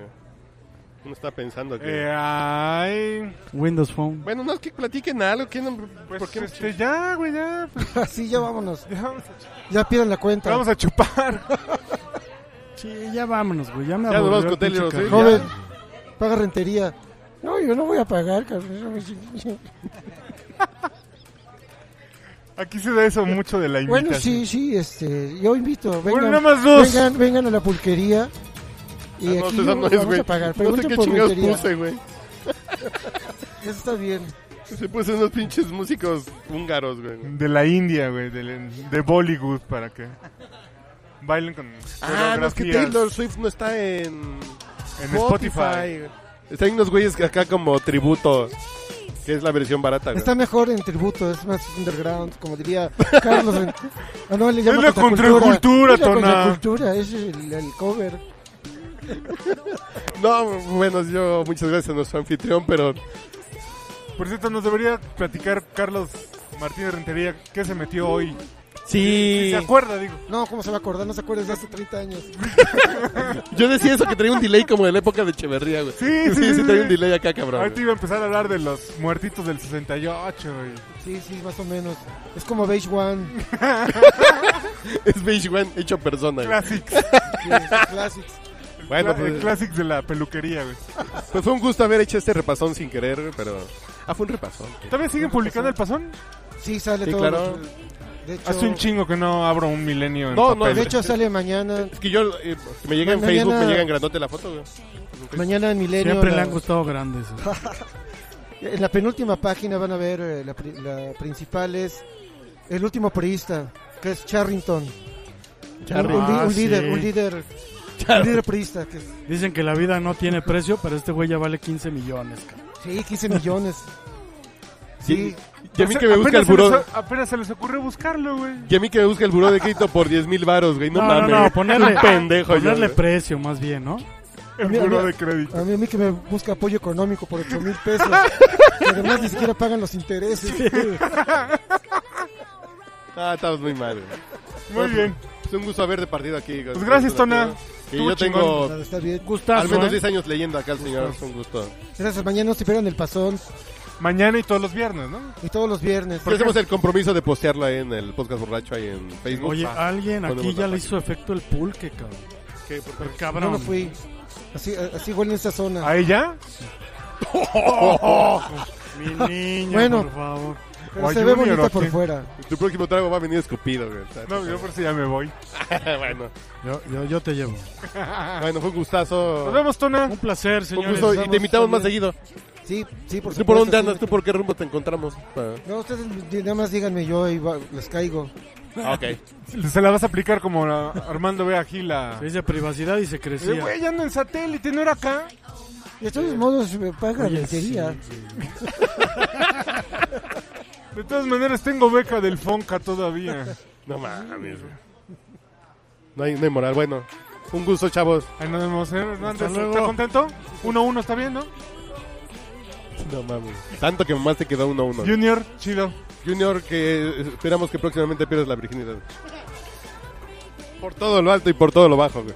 Speaker 2: uno está pensando que...
Speaker 4: Eh, ay.
Speaker 1: Windows Phone.
Speaker 2: Bueno, no, que platiquen algo. que no- ¿Por qué?
Speaker 4: Este, ya, güey, ya. pues,
Speaker 11: <laughs> Sí, ya vámonos.
Speaker 4: ya vamos a chupar.
Speaker 11: Ya pidan la cuenta.
Speaker 4: Vamos a chupar.
Speaker 1: Sí, ya vámonos, güey. Ya me
Speaker 2: Ya nos
Speaker 1: aburrió
Speaker 2: vamos
Speaker 1: el
Speaker 2: con
Speaker 1: pinche
Speaker 2: Taylor Swift,
Speaker 1: carro.
Speaker 2: ya.
Speaker 11: Joven, paga rentería.
Speaker 12: No, yo no voy a pagar, cabrón.
Speaker 4: <laughs> Aquí se da eso mucho de la invitación.
Speaker 11: Bueno, sí, sí, este, yo invito. Vengan,
Speaker 4: nada más dos.
Speaker 11: Vengan, vengan a la pulquería. Y
Speaker 2: Ah, no,
Speaker 11: aquí
Speaker 2: esa
Speaker 11: yo-
Speaker 2: no es,
Speaker 11: vamos
Speaker 2: güey.
Speaker 11: a pagar.
Speaker 2: No sé
Speaker 11: Pregunten
Speaker 2: qué
Speaker 11: por
Speaker 2: chingados
Speaker 11: pulquería.
Speaker 2: puse, güey.
Speaker 11: <laughs> Eso está bien.
Speaker 2: Se puse unos pinches músicos húngaros, güey.
Speaker 4: De la India, güey, de, de Bollywood, para que bailen con
Speaker 2: Ah, no, es que
Speaker 4: coreografías.
Speaker 2: Taylor Swift no está en...
Speaker 4: En Spotify.
Speaker 2: Están unos güeyes que acá como tributo. Que es la versión barata, güey.
Speaker 11: Está mejor en tributo, es más underground, como diría Carlos. en- Ah, no, le llama
Speaker 4: Es la contracultura,
Speaker 11: Es la
Speaker 4: Tona.
Speaker 11: contracultura, es el, el cover.
Speaker 2: No, bueno, yo muchas gracias a nuestro anfitrión, pero
Speaker 4: Por cierto, nos debería platicar Carlos Martínez Rentería qué se metió hoy.
Speaker 2: Sí.
Speaker 4: Si se acuerda, digo.
Speaker 11: No, ¿cómo se va a acordar? No se acuerda desde hace 30 años.
Speaker 2: yo decía eso que traía un delay como de la época de Echeverría, güey.
Speaker 4: Sí, sí,
Speaker 2: sí,
Speaker 4: sí, sí.
Speaker 2: traía un delay acá, cabrón.
Speaker 4: Ahorita iba a empezar a hablar de los muertitos del 68.
Speaker 11: Sí, sí, más o menos. Es como Beige One.
Speaker 4: <laughs>
Speaker 2: Es Beige One hecho persona. güey. <laughs>
Speaker 4: Classics.
Speaker 11: classics.
Speaker 2: Bueno,
Speaker 4: Bueno,
Speaker 2: pues-
Speaker 4: Classics de la peluquería, güey.
Speaker 2: Pues fue un gusto haber hecho este repasón sin querer, güey, pero... Ah, fue un repasón.
Speaker 4: ¿Todavía siguen publicando el pasón?
Speaker 11: Sí, sale
Speaker 2: Sí,
Speaker 11: todo.
Speaker 2: claro.
Speaker 11: De hecho,
Speaker 4: Hace un chingo que no abro un milenio en
Speaker 2: No, no,
Speaker 4: papel.
Speaker 11: de hecho sale mañana.
Speaker 2: Es que yo, eh, me llega en
Speaker 11: Mañana-
Speaker 2: Facebook, me llega en grandote la foto, güey.
Speaker 11: Mañana en Milenio.
Speaker 1: Siempre le
Speaker 11: la-
Speaker 1: han gustado grandes. ¿eh? güey.
Speaker 11: <laughs> En la penúltima página van a ver, eh, la, pri- la principal es el último priista, que es Charrington.
Speaker 1: Charrington.
Speaker 11: Un, un li-
Speaker 1: Ah,
Speaker 11: un
Speaker 1: sí.
Speaker 11: líder, un líder,
Speaker 1: Char-
Speaker 11: un líder priista. Que,
Speaker 1: Dicen que la vida no tiene precio, pero este güey ya vale 15 millones. cabrón.
Speaker 11: sí, 15 millones. Sí.
Speaker 2: Y a mí que me busca el
Speaker 4: Apenas se
Speaker 2: buró.
Speaker 4: les- Apenas se les ocurrió buscarlo, güey.
Speaker 2: Y a mí que me busca el buró de crédito por 10 mil varos, güey. No,
Speaker 1: No, no,
Speaker 2: mames. <laughs>
Speaker 1: no, ponerle,
Speaker 2: Un pendejo yo,
Speaker 1: ponerle
Speaker 2: güey.
Speaker 1: precio más bien, ¿no?
Speaker 11: A
Speaker 4: El
Speaker 11: mí- a mí-
Speaker 4: buró de crédito.
Speaker 11: A mí, a mí que me busca apoyo económico por 8 mil
Speaker 4: <laughs>
Speaker 11: pesos. que además ni siquiera pagan los intereses.
Speaker 2: Ah, estabas muy mal, güey.
Speaker 4: Muy
Speaker 2: Pues,
Speaker 4: bien.
Speaker 2: Es un gusto haber departido aquí.
Speaker 4: Pues gracias, Tona.
Speaker 2: Y
Speaker 4: Estuvo
Speaker 2: yo tengo
Speaker 11: chingón. Está bien.
Speaker 2: al
Speaker 11: Gustazo,
Speaker 2: menos
Speaker 11: ¿eh?
Speaker 2: 10 años leyendo acá al señor. Es un gusto.
Speaker 11: Gracias, mañana no se pierdan el pasón.
Speaker 4: Mañana y todos los viernes, ¿no?
Speaker 11: Y todos los viernes.
Speaker 2: Porque Pues hacemos el compromiso de postearlo ahí en el podcast borracho ahí en Facebook.
Speaker 1: Oye,
Speaker 2: Ah,
Speaker 1: alguien aquí
Speaker 2: ponemos
Speaker 1: ya
Speaker 2: la
Speaker 1: le
Speaker 2: página.
Speaker 1: hizo efecto el pulque, cabrón.
Speaker 2: ¿Qué? ¿Por qué?
Speaker 1: El
Speaker 11: Yo
Speaker 1: cabrón.
Speaker 11: no fui. Así, así huele esta zona.
Speaker 4: ¿A ella?
Speaker 2: <laughs>
Speaker 1: Mi niña,
Speaker 11: Bueno.
Speaker 1: por favor.
Speaker 11: Pero se ve bonita por fuera.
Speaker 2: Tu próximo trago va a venir escupido, güey.
Speaker 4: No, yo por eso ya me voy.
Speaker 2: <laughs> bueno.
Speaker 1: Yo, yo, yo te llevo.
Speaker 2: Bueno, fue un gustazo.
Speaker 4: Nos vemos, Tona.
Speaker 1: Un placer,
Speaker 2: Un
Speaker 1: señores.
Speaker 2: gusto. Y te invitamos más
Speaker 11: también.
Speaker 2: seguido.
Speaker 11: Sí, sí, por
Speaker 2: ¿Tú por
Speaker 11: supuesto,
Speaker 2: dónde
Speaker 11: sí.
Speaker 2: andas? ¿Tú por qué rumbo te encontramos? Ah.
Speaker 11: No, ustedes di- nada más díganme yo y va- les caigo.
Speaker 2: Ah, ok.
Speaker 4: Se la vas a aplicar como la- <laughs> Armando ve a Gila.
Speaker 1: Se dice privacidad y se crecía.
Speaker 4: Güey, ya ando en satélite, no era acá.
Speaker 11: De todos modos, me paga
Speaker 1: Oye,
Speaker 11: lentería.
Speaker 4: De todas maneras, tengo beca del Fonca todavía.
Speaker 2: No mames, güey. No hay, no hay moral. Bueno, un gusto, chavos.
Speaker 4: Ahí nos vemos, ¿eh, Hernández?
Speaker 1: Hasta luego.
Speaker 4: ¿Está contento? 1-1, ¿está bien, no?
Speaker 2: No mames. Tanto que más te quedó uno a uno.
Speaker 4: Junior, chido.
Speaker 2: Junior, que esperamos que próximamente pierdas la virginidad. Por todo lo alto y por todo lo bajo, güey.